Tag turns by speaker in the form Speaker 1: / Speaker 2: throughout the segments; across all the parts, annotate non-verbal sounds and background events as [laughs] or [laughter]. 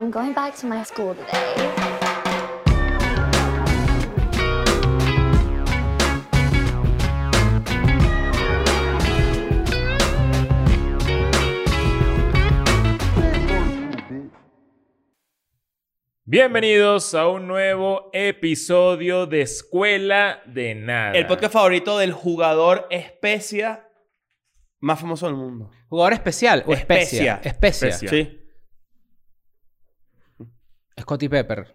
Speaker 1: I'm going back to my school today.
Speaker 2: Bienvenidos a un nuevo episodio de Escuela de Nada.
Speaker 3: El podcast favorito del jugador especia más famoso del mundo.
Speaker 4: Jugador especial o especia.
Speaker 3: Especia.
Speaker 4: Especia.
Speaker 2: Especia.
Speaker 3: Sí.
Speaker 4: Scotty Pepper.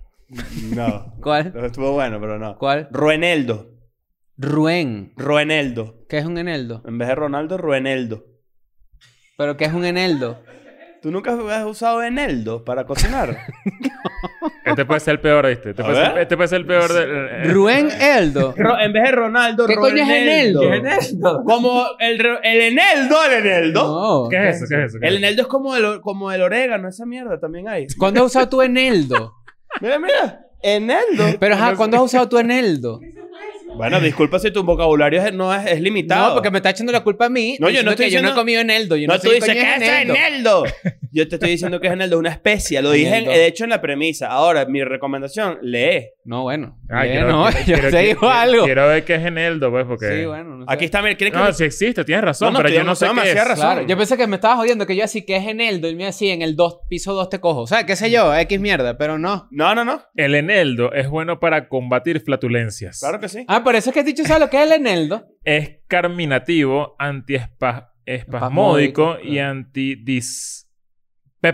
Speaker 3: No.
Speaker 4: ¿Cuál?
Speaker 3: No, Estuvo bueno, pero no.
Speaker 4: ¿Cuál?
Speaker 3: Rueneldo.
Speaker 4: Ruén.
Speaker 3: Rueneldo.
Speaker 4: ¿Qué es un eneldo?
Speaker 3: En vez de Ronaldo, Rueneldo.
Speaker 4: ¿Pero qué es un eneldo?
Speaker 3: ¿Tú nunca has usado eneldo para cocinar?
Speaker 2: Este puede ser el peor, ¿viste? Este,
Speaker 3: A
Speaker 2: puede ser,
Speaker 3: ver.
Speaker 2: este puede ser el peor de.
Speaker 4: Ruén Eldo.
Speaker 3: [laughs] Ro- en vez de Ronaldo,
Speaker 4: ¿Qué coño es
Speaker 3: Rueneldo.
Speaker 4: eneldo?
Speaker 3: Como el, re- el eneldo, el eneldo.
Speaker 4: No.
Speaker 2: ¿Qué es eso? ¿Qué es eso? ¿Qué
Speaker 3: El
Speaker 2: es eso?
Speaker 3: eneldo es como el, o- como el orégano, esa mierda también hay.
Speaker 4: ¿Cuándo has usado tú eneldo?
Speaker 3: Mira, mira. Eneldo.
Speaker 4: Pero, ajá, ¿cuándo has usado tú eneldo?
Speaker 3: [laughs] Bueno, disculpa si tu vocabulario es- no es, es limitado.
Speaker 4: No, porque me está echando la culpa a mí.
Speaker 3: No, yo no
Speaker 4: diciendo
Speaker 3: estoy
Speaker 4: que yo no he
Speaker 3: diciendo-
Speaker 4: comido eneldo. Yo no,
Speaker 3: No,
Speaker 4: sé
Speaker 3: tú
Speaker 4: qué
Speaker 3: dices,
Speaker 4: coño
Speaker 3: ¿qué
Speaker 4: es
Speaker 3: es eso, Eneldo? Yo te estoy diciendo que es Eneldo, una especia. Lo dije, en-
Speaker 4: Eneldo.
Speaker 3: de hecho, en la premisa. Ahora, mi recomendación, lee.
Speaker 4: No, bueno.
Speaker 2: Ay,
Speaker 4: Eh,
Speaker 2: quiero-
Speaker 4: no,
Speaker 2: Ah,
Speaker 4: [laughs]
Speaker 2: quiero-
Speaker 4: yo
Speaker 2: quiero-
Speaker 4: te digo
Speaker 2: quiero-
Speaker 4: algo.
Speaker 2: Quiero ver qué es Eneldo, pues, porque.
Speaker 4: Sí, bueno. no sé.
Speaker 3: Aquí está, mira, ¿quieres que
Speaker 4: Ah.
Speaker 2: No,
Speaker 3: me-
Speaker 2: si existe, tienes razón,
Speaker 3: No, no,
Speaker 2: pero
Speaker 3: estoy
Speaker 2: yo no sé
Speaker 3: demasiado
Speaker 2: qué es.
Speaker 3: demasiado
Speaker 4: Claro,
Speaker 3: razón.
Speaker 4: yo pensé que me estabas jodiendo, que yo así que es eneldo y me así en el dos, piso 2 te cojo. O sea, qué sé yo, X mierda, pero no.
Speaker 3: No, no, no.
Speaker 2: El Eneldo es bueno para combatir flatulencias.
Speaker 3: Claro que sí.
Speaker 4: Ah, por eso es que has dicho, ¿sabes lo que es el eneldo?
Speaker 2: Es carminativo, antiespasmódico
Speaker 4: Espasmódico,
Speaker 2: y
Speaker 4: claro.
Speaker 2: antidispéptico.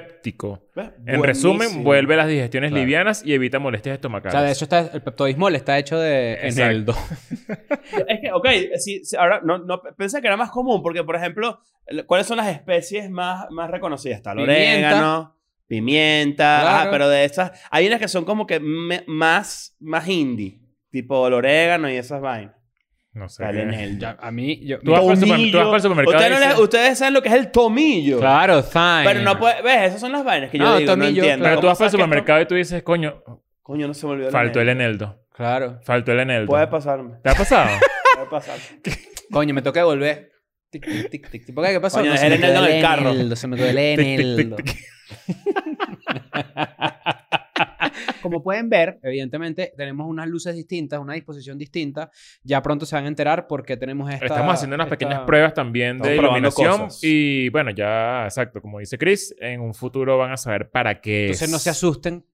Speaker 3: ¿Ves?
Speaker 2: En
Speaker 3: Buenísimo.
Speaker 2: resumen, vuelve las digestiones
Speaker 4: Claro.
Speaker 2: livianas y evita molestias
Speaker 4: O
Speaker 2: estomacales.
Speaker 4: sea, de hecho está, el peptodismol está hecho de
Speaker 2: Exacto.
Speaker 4: eneldo.
Speaker 3: Es que, ok, sí, sí, ahora no, no, pensé que era más común, porque, por ejemplo, el- ¿cuáles son las especies más, más reconocidas? Está el
Speaker 4: Pimienta.
Speaker 3: orégano, pimienta,
Speaker 4: Claro.
Speaker 3: ajá, pero de esas. Hay unas que son como que me- más, más indie, tipo el orégano y esas vainas.
Speaker 2: no sé.
Speaker 3: Está el Eneldo.
Speaker 4: Ya, a mí, yo...
Speaker 2: Tú vas para el supermer-
Speaker 3: Tomillo.
Speaker 2: tú vas para el supermercado
Speaker 3: Ustedes,
Speaker 2: y
Speaker 3: no le-
Speaker 2: dices-
Speaker 3: ustedes saben lo que es el tomillo.
Speaker 4: Claro, fine.
Speaker 3: Pero no puede, ves, esas son las vainas que yo
Speaker 4: No,
Speaker 3: digo, no
Speaker 4: tomillo,
Speaker 3: entiendo.
Speaker 2: Pero tú
Speaker 3: ¿Cómo
Speaker 2: vas para el
Speaker 3: sabes que esto-
Speaker 2: supermercado y tú dices, coño,
Speaker 3: Coño, no se me olvidó.
Speaker 2: faltó el
Speaker 3: eneldo.
Speaker 2: Eneldo.
Speaker 4: Claro.
Speaker 2: Faltó el Eneldo.
Speaker 3: Puede pasarme.
Speaker 2: ¿Te ha pasado?
Speaker 3: Puede pasarme.
Speaker 4: Coño, me toca volver. Tic, tic, tic, tic. ¿Por qué? ¿Qué pasó? No,
Speaker 3: Coño, dejé
Speaker 4: se me
Speaker 3: el eneldo
Speaker 4: quedó
Speaker 3: en el carro.
Speaker 4: eneldo, se me quedó el eneldo. [laughs] Como pueden ver, evidentemente tenemos unas luces distintas, una disposición distinta. Ya pronto se van a enterar porque tenemos esta...
Speaker 2: Estamos haciendo unas pequeñas
Speaker 4: esta-
Speaker 2: pruebas también de
Speaker 3: Estamos probando
Speaker 2: iluminación.
Speaker 3: cosas.
Speaker 2: Y bueno, ya, exacto, como dice Chris, en un futuro van a saber para qué
Speaker 4: Entonces
Speaker 2: es.
Speaker 4: no se asusten.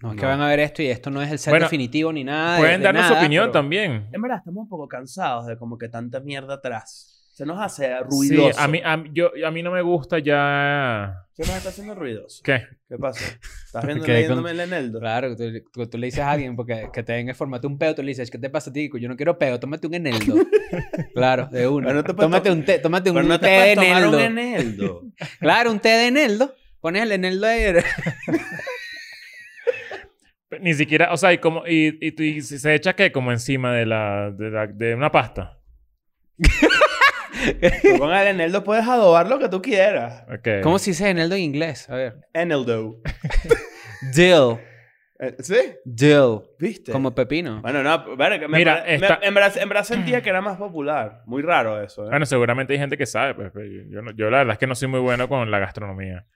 Speaker 4: No es que
Speaker 3: No.
Speaker 4: van a ver esto y esto no es el set
Speaker 2: Bueno,
Speaker 4: definitivo ni nada. de-
Speaker 2: Pueden
Speaker 4: de
Speaker 2: darnos su
Speaker 4: nada,
Speaker 2: opinión
Speaker 4: pero-
Speaker 2: también.
Speaker 3: [laughs] En verdad, estamos un poco cansados de como que tanta mierda atrás. Se nos hace
Speaker 2: Sí,
Speaker 3: ruidoso.
Speaker 2: a mí, a, mí- yo, a mí no me gusta ya...
Speaker 3: ¿Qué nos está haciendo ruidoso?
Speaker 2: ¿Qué?
Speaker 3: ¿Qué pasa? [laughs] ¿Estás viendo
Speaker 4: Quedé con-
Speaker 3: leyéndome el eneldo?
Speaker 4: Claro, tú, tú- tú le dices a alguien porque que te den el formato un peo, tú le dices, ¿qué te pasa a ti? Yo no quiero peo, tómate un eneldo.
Speaker 3: [laughs]
Speaker 4: claro, de una.
Speaker 3: Pero no te puedes
Speaker 4: tómate
Speaker 3: to-
Speaker 4: un té, tómate
Speaker 3: Pero
Speaker 4: un
Speaker 3: no te
Speaker 4: té de
Speaker 3: puedes tomar
Speaker 4: eneldo.
Speaker 3: un eneldo.
Speaker 4: Claro, un té de eneldo. Pones el eneldo
Speaker 3: [laughs]
Speaker 4: ahí.
Speaker 2: Ni siquiera, o sea, y como, y, y, tú- y se echa qué, como encima de la, de la- de una pasta.
Speaker 3: Tú con el eneldo puedes adobar lo que tú quieras.
Speaker 2: Okay.
Speaker 4: ¿Cómo se dice eneldo en inglés? A ver.
Speaker 3: Eneldo.
Speaker 4: Dill.
Speaker 3: Eh, ¿Sí?
Speaker 4: Dill.
Speaker 3: ¿Viste?
Speaker 4: Como pepino.
Speaker 3: Bueno, no, verga, me-
Speaker 2: Mira,
Speaker 3: me-
Speaker 2: esta-
Speaker 3: en, verdad, en verdad sentía que era más popular. Muy raro eso.
Speaker 2: [laughs]
Speaker 3: ¿eh?
Speaker 2: Bueno, seguramente hay gente que sabe, pues, pero yo, yo no- yo la verdad es que no soy muy bueno con la gastronomía.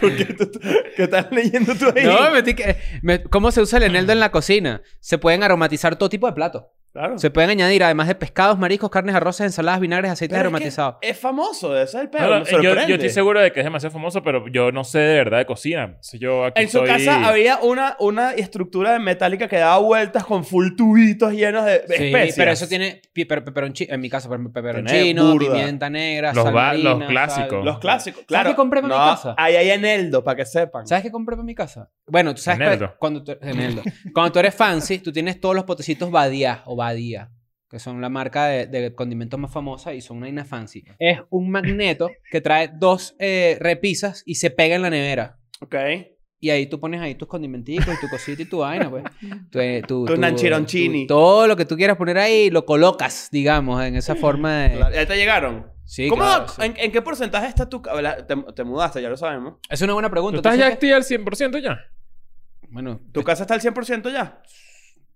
Speaker 3: ¿Por qué tú- tú- ¿Qué estás leyendo tú ahí?
Speaker 4: No, me estoy que- me- ¿Cómo se usa el eneldo en la cocina? Se pueden aromatizar todo tipo de platos.
Speaker 3: claro.
Speaker 4: Se pueden añadir, además de pescados, mariscos, carnes, arroces, ensaladas, vinagres, aceites
Speaker 3: Pero es que
Speaker 4: aromatizados.
Speaker 3: Es famoso, ese es el pedo.
Speaker 2: No, no, yo,
Speaker 3: me sorprende.
Speaker 2: yo estoy seguro de que es demasiado famoso, pero yo no sé de verdad de cocina. Si yo aquí
Speaker 3: En su
Speaker 2: soy-
Speaker 3: casa había una, una estructura de metálica que daba vueltas con full tubitos llenos de de
Speaker 4: Sí,
Speaker 3: especias.
Speaker 4: pero eso tiene pi- per- peperonchi- en mi caso, per-
Speaker 3: Tiene
Speaker 4: peperoncino,
Speaker 3: burda.
Speaker 4: pimienta negra,
Speaker 2: Los
Speaker 4: sal
Speaker 2: va-
Speaker 4: marina,
Speaker 2: los clásicos.
Speaker 4: sal-
Speaker 3: Los clásicos, claro.
Speaker 4: qué compré para mi casa?
Speaker 3: Ahí hay eneldo, para que sepan.
Speaker 4: ¿Sabes qué compré para mi casa? Bueno, tú sabes
Speaker 2: Eneldo.
Speaker 4: que cuando tú, Eneldo. cuando tú eres fancy, tú tienes todos los potecitos Badía o Badía, que son la marca de, de condimentos más famosa y son una vaina fancy. Es un magneto que trae dos eh, repisas y se pega en la nevera.
Speaker 3: Ok.
Speaker 4: Y ahí tú pones ahí tus condimenticos y tu cosita y tu vaina,
Speaker 2: [laughs]
Speaker 4: pues. Tu, eh, tu,
Speaker 3: Tus nanchironcini.
Speaker 4: tu- todo lo que tú quieras poner ahí lo colocas, digamos, en esa forma de...
Speaker 3: Claro, ¿Ya te llegaron?
Speaker 4: Sí,
Speaker 3: ¿Cómo,
Speaker 4: claro, sí.
Speaker 3: en, en qué porcentaje está tu... ca- la- Te, te mudaste, ya lo sabemos.
Speaker 4: Es una buena
Speaker 2: ¿Tú
Speaker 4: pregunta.
Speaker 2: estás
Speaker 4: ¿Tú
Speaker 2: ya
Speaker 4: sientes-
Speaker 2: activa al 100% ya?
Speaker 4: Bueno, pues,
Speaker 3: ¿Tu casa está al 100% ya?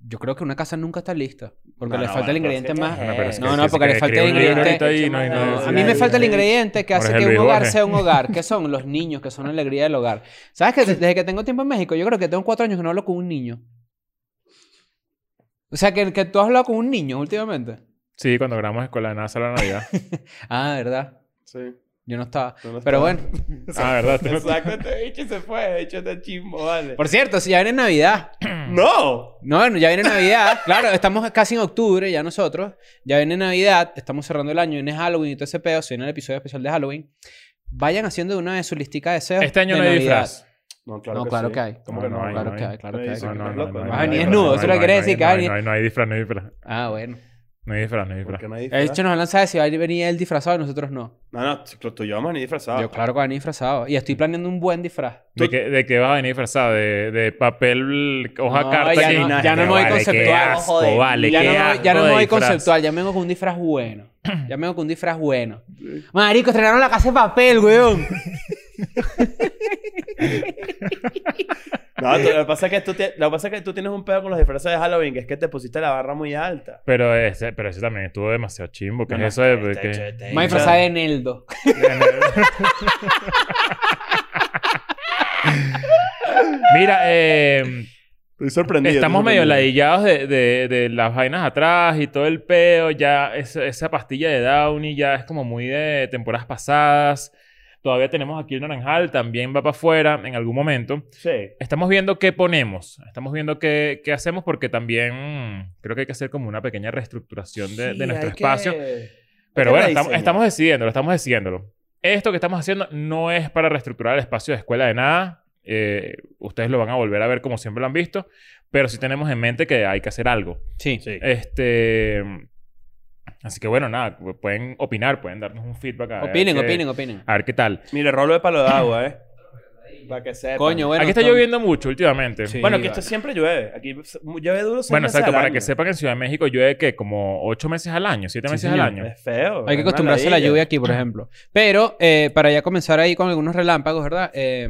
Speaker 4: Yo creo que una casa nunca está lista. Porque
Speaker 3: No,
Speaker 4: le
Speaker 3: no,
Speaker 4: falta el
Speaker 3: bueno,
Speaker 4: ingrediente
Speaker 3: pero sí,
Speaker 4: más.
Speaker 2: Bueno, Eh, pero es
Speaker 4: No,
Speaker 2: que
Speaker 4: no,
Speaker 2: si se
Speaker 4: porque le
Speaker 2: cre-
Speaker 4: falta
Speaker 2: escribe
Speaker 4: el
Speaker 2: un libro
Speaker 4: ingrediente.
Speaker 2: ahorita ahí, no hay
Speaker 1: No,
Speaker 2: nada.
Speaker 4: A mí me falta el ingrediente que hace
Speaker 2: Jorge
Speaker 4: que un
Speaker 2: Luis
Speaker 4: hogar
Speaker 2: Borges.
Speaker 4: sea un hogar. ¿Qué son? Los niños, que son la alegría del hogar. ¿Sabes que desde que tengo tiempo en México, yo creo que tengo cuatro años que no hablo con un niño? O sea, que, que tú has hablado con un niño últimamente.
Speaker 2: Sí, cuando grabamos Escuela de NASA la
Speaker 4: [laughs]
Speaker 2: Navidad.
Speaker 4: Ah, ¿verdad?
Speaker 3: Sí.
Speaker 4: Yo no estaba.
Speaker 3: No, no
Speaker 4: Pero
Speaker 3: estaba.
Speaker 4: bueno.
Speaker 2: ah, ¿verdad? Tú no-
Speaker 3: [laughs] Exacto, este bicho se fue, este bicho está chismo, vale.
Speaker 4: Por cierto, si ya viene Navidad.
Speaker 3: ¡No!
Speaker 4: No, bueno, ya viene Navidad. Claro, estamos casi en octubre ya nosotros. Ya viene Navidad, estamos cerrando el año, viene Halloween y todo ese pedo. Se viene el episodio especial de Halloween. Vayan haciendo de una vez su listica de deseos.
Speaker 2: Este año
Speaker 4: de
Speaker 2: no hay
Speaker 4: Navidad.
Speaker 2: disfraz.
Speaker 3: No,
Speaker 4: No, claro que hay.
Speaker 3: ¿Cómo que no?
Speaker 2: No, no hay,
Speaker 4: claro
Speaker 2: no
Speaker 4: que
Speaker 2: hay.
Speaker 4: hay, claro que
Speaker 3: No
Speaker 4: hay.
Speaker 3: dice
Speaker 2: No,
Speaker 3: que
Speaker 2: no,
Speaker 3: estás
Speaker 2: no,
Speaker 3: loco,
Speaker 2: no,
Speaker 3: ¿no?
Speaker 2: no,
Speaker 4: Vas a venir
Speaker 2: no,
Speaker 4: desnudo,
Speaker 2: no,
Speaker 4: eso es
Speaker 2: no,
Speaker 4: lo que
Speaker 2: no,
Speaker 4: quería
Speaker 2: no,
Speaker 4: decir,
Speaker 2: no,
Speaker 4: que va a venir-
Speaker 2: No, no, no hay disfraz, no hay disfraz.
Speaker 4: Ah, bueno.
Speaker 2: No hay disfraz, no hay disfraz.
Speaker 3: Porque no hay
Speaker 4: El
Speaker 3: disfraz.
Speaker 4: hecho nos lanza de si va a venir él disfrazado y nosotros no.
Speaker 3: No, no, tú, tú y yo vamos ni disfrazados.
Speaker 4: Yo, claro que va a venir disfrazado. Y
Speaker 2: Mm.
Speaker 4: estoy planeando un buen disfraz.
Speaker 2: ¿De
Speaker 3: Tú-
Speaker 2: qué, ¿De qué vas a venir disfrazado? ¿De, de papel, hoja,
Speaker 4: No,
Speaker 2: carta?
Speaker 4: ya
Speaker 2: que-
Speaker 4: no- ya no
Speaker 2: que
Speaker 4: me voy
Speaker 2: vale, Qué
Speaker 4: conceptual,
Speaker 2: asco, vale,
Speaker 4: ya
Speaker 2: qué
Speaker 4: no, me voy-
Speaker 2: asco
Speaker 4: ya no me
Speaker 2: de
Speaker 4: voy
Speaker 2: disfraz.
Speaker 4: conceptual, ya me vengo con un disfraz
Speaker 2: [clears throat]
Speaker 4: bueno. Ya me vengo con un disfraz bueno. Marico, estrenaron la casa de papel,
Speaker 2: [laughs]
Speaker 4: weón.
Speaker 3: No, tú-
Speaker 4: [laughs]
Speaker 3: lo, que pasa es que tú tie- lo que pasa es que tú tienes un pedo con los disfraces de Halloween, que es que te pusiste la barra muy alta.
Speaker 2: Pero ese, pero ese también estuvo demasiado chimbo. ¿Qué
Speaker 3: No, no,
Speaker 2: es eso? de-
Speaker 3: este
Speaker 2: que-
Speaker 3: bicho, este
Speaker 4: Me voy a
Speaker 3: bicho-
Speaker 4: disfrazar de Neldo.
Speaker 2: Mira,
Speaker 3: [laughs]
Speaker 2: eh,
Speaker 3: Estoy sorprendido.
Speaker 2: estamos
Speaker 3: estoy
Speaker 2: medio
Speaker 3: sorprendido.
Speaker 2: ladillados de, de- de las vainas atrás y todo el peo. Ya es- esa pastilla de Downey ya es como muy de temporadas pasadas. Todavía tenemos aquí el naranjal, también va para afuera en algún momento.
Speaker 3: Sí.
Speaker 2: Estamos viendo qué ponemos, estamos viendo qué, qué hacemos porque también mm, creo que hay que hacer como una pequeña reestructuración de, de
Speaker 3: Sí, hay
Speaker 2: nuestro
Speaker 3: que-
Speaker 2: espacio.
Speaker 3: que
Speaker 4: Eh.
Speaker 2: Pero bueno, estamos,
Speaker 3: rediseñar.
Speaker 2: estamos decidiéndolo, estamos decidiéndolo. Esto que estamos haciendo no es para reestructurar el espacio de escuela de nada. Eh, ustedes lo van a volver a ver como siempre lo han visto, pero sí tenemos en mente que hay que hacer algo.
Speaker 4: Sí.
Speaker 3: Sí.
Speaker 2: Este, así que bueno, nada, pu- pueden opinar, pueden darnos un feedback. a ver
Speaker 4: Opinen,
Speaker 2: qué-
Speaker 4: opinen, opinen.
Speaker 2: A ver qué tal.
Speaker 3: Mire, rolo de palo de agua, ¿eh? Para que sepa.
Speaker 4: Coño, bueno.
Speaker 2: Aquí está
Speaker 4: Tom.
Speaker 2: lloviendo mucho últimamente.
Speaker 4: Sí.
Speaker 3: Bueno, que esto
Speaker 4: vale.
Speaker 3: siempre llueve. Aquí s- llueve duro seis
Speaker 2: Bueno,
Speaker 3: meses
Speaker 2: exacto,
Speaker 3: al
Speaker 2: para
Speaker 3: año.
Speaker 2: que sepan que en Ciudad de México llueve que como ocho meses al año, siete
Speaker 4: Sí,
Speaker 2: meses
Speaker 4: señor. Eh,
Speaker 2: al año.
Speaker 3: Es feo.
Speaker 4: Hay
Speaker 3: es
Speaker 4: que
Speaker 3: una
Speaker 4: acostumbrarse a la
Speaker 3: ladilla.
Speaker 4: lluvia
Speaker 2: [clears throat]
Speaker 4: aquí, por ejemplo. Pero, eh, para ya comenzar ahí con algunos relámpagos, ¿verdad? Eh,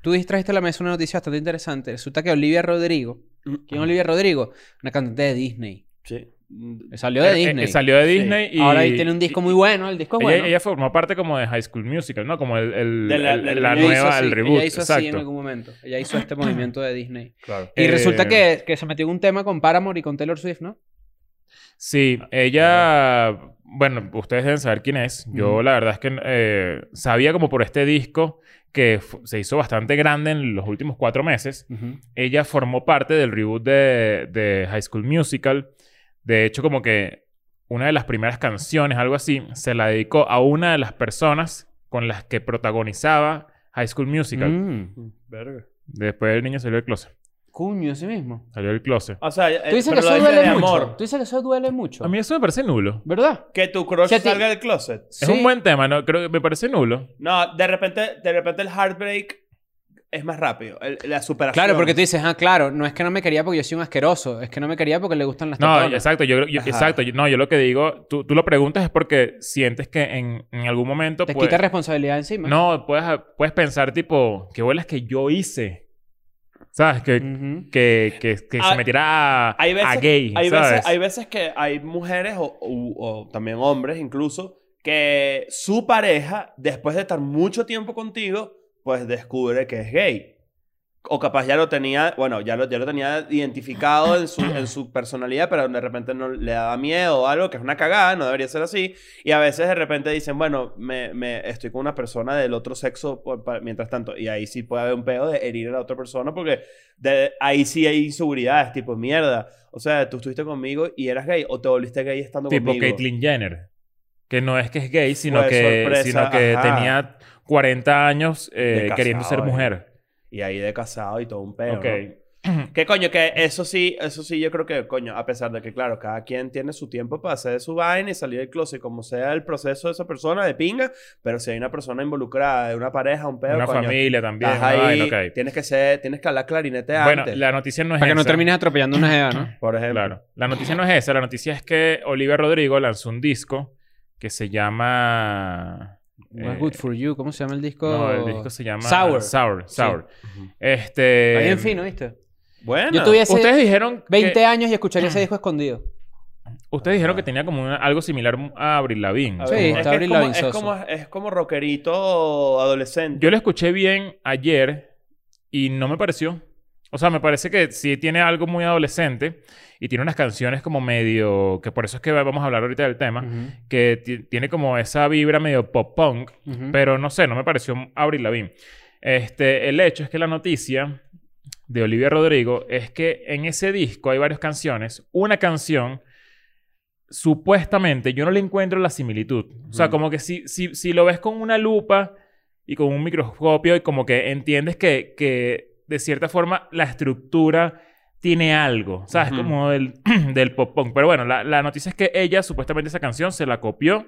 Speaker 4: tú distrajiste a la mesa una noticia bastante interesante. Resulta que Olivia Rodrigo. ¿Quién es Olivia Rodrigo? Una cantante de Disney.
Speaker 3: Sí. Mm,
Speaker 4: Salió de
Speaker 2: Eh, eh,
Speaker 4: Disney.
Speaker 2: salió de Disney y...
Speaker 4: Ahora ahí tiene un disco muy bueno. El disco es
Speaker 2: Ella,
Speaker 4: Pues bueno.
Speaker 2: ella formó parte como de High School Musical, ¿no? Como el, el-
Speaker 3: De la-
Speaker 2: el-
Speaker 3: de la-
Speaker 4: Ella
Speaker 2: la
Speaker 3: ella
Speaker 4: hizo
Speaker 2: nueva,
Speaker 4: así,
Speaker 2: el reboot.
Speaker 4: Ella hizo así en
Speaker 2: exacto.
Speaker 4: algún momento. Ella hizo
Speaker 2: [clears throat]
Speaker 4: este movimiento de Disney.
Speaker 3: claro.
Speaker 4: Y
Speaker 2: Eh,
Speaker 4: resulta que, que se metió en un tema con Paramore y con Taylor Swift, ¿no?
Speaker 2: Sí, ella... Bueno, ustedes deben saber quién es. Yo
Speaker 4: Ujú.
Speaker 2: la verdad es que eh, sabía como por este disco que fu- se hizo bastante grande en los últimos cuatro meses. Ella formó parte del reboot de, de High School Musical. De hecho, como que una de las primeras canciones, algo así, se la dedicó a una de las personas con las que protagonizaba High School Musical.
Speaker 4: Mm.
Speaker 3: Verga.
Speaker 2: Después el niño salió del closet.
Speaker 4: Cuño, ese mismo.
Speaker 2: Salió del closet.
Speaker 3: O sea, eh,
Speaker 4: Tú dices que
Speaker 3: pero
Speaker 4: eso
Speaker 3: lo dices
Speaker 4: duele
Speaker 3: de
Speaker 4: mucho.
Speaker 3: amor.
Speaker 4: Tú dices que eso duele mucho.
Speaker 2: A mí eso me parece nulo.
Speaker 4: ¿Verdad?
Speaker 3: Que tu crush
Speaker 4: Si a ti-
Speaker 3: salga del closet.
Speaker 2: Es un buen tema, ¿no? Creo que me parece nulo.
Speaker 3: No, de repente, de repente el heartbreak es más rápido. el- la superación.
Speaker 4: Claro, porque tú dices, ah, claro, no es que no me quería porque yo soy un asqueroso, es que no me quería porque le gustan las
Speaker 2: No,
Speaker 4: tetonas.
Speaker 2: exacto. Yo, yo-
Speaker 3: Ajá.
Speaker 2: exacto. yo- no, yo lo que digo, tú, tú lo preguntas es porque sientes que en, en algún momento.
Speaker 4: Te
Speaker 2: pues-
Speaker 4: quita responsabilidad encima.
Speaker 2: No, puedes, puedes pensar, tipo, qué bolas que yo hice. ¿Sabes? Que,
Speaker 4: Ujú.
Speaker 2: que, que, que
Speaker 3: Ah,
Speaker 2: se metiera a,
Speaker 3: Hay veces,
Speaker 2: a gay.
Speaker 3: hay,
Speaker 2: ¿sabes?
Speaker 3: veces, hay veces que hay mujeres o, o- o también hombres incluso que su pareja, después de estar mucho tiempo contigo, pues descubre que es gay. O capaz ya lo tenía, bueno, ya lo, ya lo tenía identificado en su, en su personalidad, pero de repente no le daba miedo o algo, que es una cagada, no debería ser así. Y a veces de repente dicen, bueno, me, me- estoy con una persona del otro sexo por- pa- mientras tanto. Y ahí sí puede haber un pedo de herir a la otra persona porque de, ahí sí hay inseguridades, tipo, mierda. O sea, tú estuviste conmigo y eras gay o te volviste gay estando
Speaker 2: Tipo
Speaker 3: conmigo.
Speaker 2: Caitlyn Jenner. Que no es que es gay, sino
Speaker 3: Pues,
Speaker 2: que,
Speaker 3: sorpresa,
Speaker 2: sino que
Speaker 3: ajá.
Speaker 2: tenía 40 años eh,
Speaker 3: De casado,
Speaker 2: queriendo ser
Speaker 3: eh.
Speaker 2: mujer.
Speaker 3: Y ahí de casado y todo un pedo.
Speaker 2: ok.
Speaker 3: ¿no?
Speaker 2: [clears throat]
Speaker 3: Que coño, que eso sí, eso sí, yo creo que coño, a pesar de que, claro, cada quien tiene su tiempo para hacer su vaina y salir del closet, como sea el proceso de esa persona, de pinga, pero si hay una persona involucrada, de una pareja, un pedo,
Speaker 2: Una
Speaker 3: coño,
Speaker 2: familia también.
Speaker 3: estás
Speaker 2: una
Speaker 3: ahí,
Speaker 2: vaina, ok.
Speaker 3: tienes que ser, tienes que hablar clarinete
Speaker 2: Bueno,
Speaker 3: antes,
Speaker 2: la noticia no es
Speaker 4: Para que no
Speaker 2: esa.
Speaker 4: termines atropellando una jeva,
Speaker 2: [clears throat]
Speaker 4: ¿no?
Speaker 3: por ejemplo.
Speaker 2: Claro. La noticia no es esa. La noticia es que Olivia Rodrigo lanzó un disco que se llama...
Speaker 4: What's
Speaker 2: eh,
Speaker 4: Good For You, ¿cómo se llama el disco?
Speaker 2: No, el disco se llama...
Speaker 4: Sour.
Speaker 2: Sour. Sour.
Speaker 3: Ujú.
Speaker 2: Este...
Speaker 4: Ahí en fino, ¿viste?
Speaker 3: Bueno.
Speaker 4: Yo tuviese
Speaker 2: Ustedes dijeron que-
Speaker 4: 20 años y escucharía
Speaker 2: [clears throat]
Speaker 4: ese disco escondido.
Speaker 2: Ustedes dijeron que tenía como una- algo similar a Avril Lavigne.
Speaker 3: A
Speaker 4: Sí,
Speaker 3: ver, es,
Speaker 4: está
Speaker 3: que es,
Speaker 4: Avril
Speaker 3: como,
Speaker 4: Lavigne
Speaker 3: es,
Speaker 4: soso.
Speaker 3: como, es como rockerito adolescente.
Speaker 2: Yo lo escuché bien ayer y no me pareció. O sea, me parece que sí tiene algo muy adolescente y tiene unas canciones como medio... Que por eso es que vamos a hablar ahorita del tema. Que ti- tiene como esa vibra medio pop-punk.
Speaker 4: Ujú.
Speaker 2: Pero no sé, no me pareció Avril Lavigne. Este, el hecho es que la noticia de Olivia Rodrigo es que en ese disco hay varias canciones. Una canción, supuestamente, yo no le encuentro la similitud. O sea,
Speaker 3: Ujú.
Speaker 2: como que si, si, si lo ves con una lupa y con un microscopio y como que entiendes que, que de cierta forma la estructura tiene algo, ¿sabes?
Speaker 3: Ujú.
Speaker 2: Como del, [clears throat] del pop-punk. Pero bueno, la, la noticia es que ella supuestamente esa canción se la copió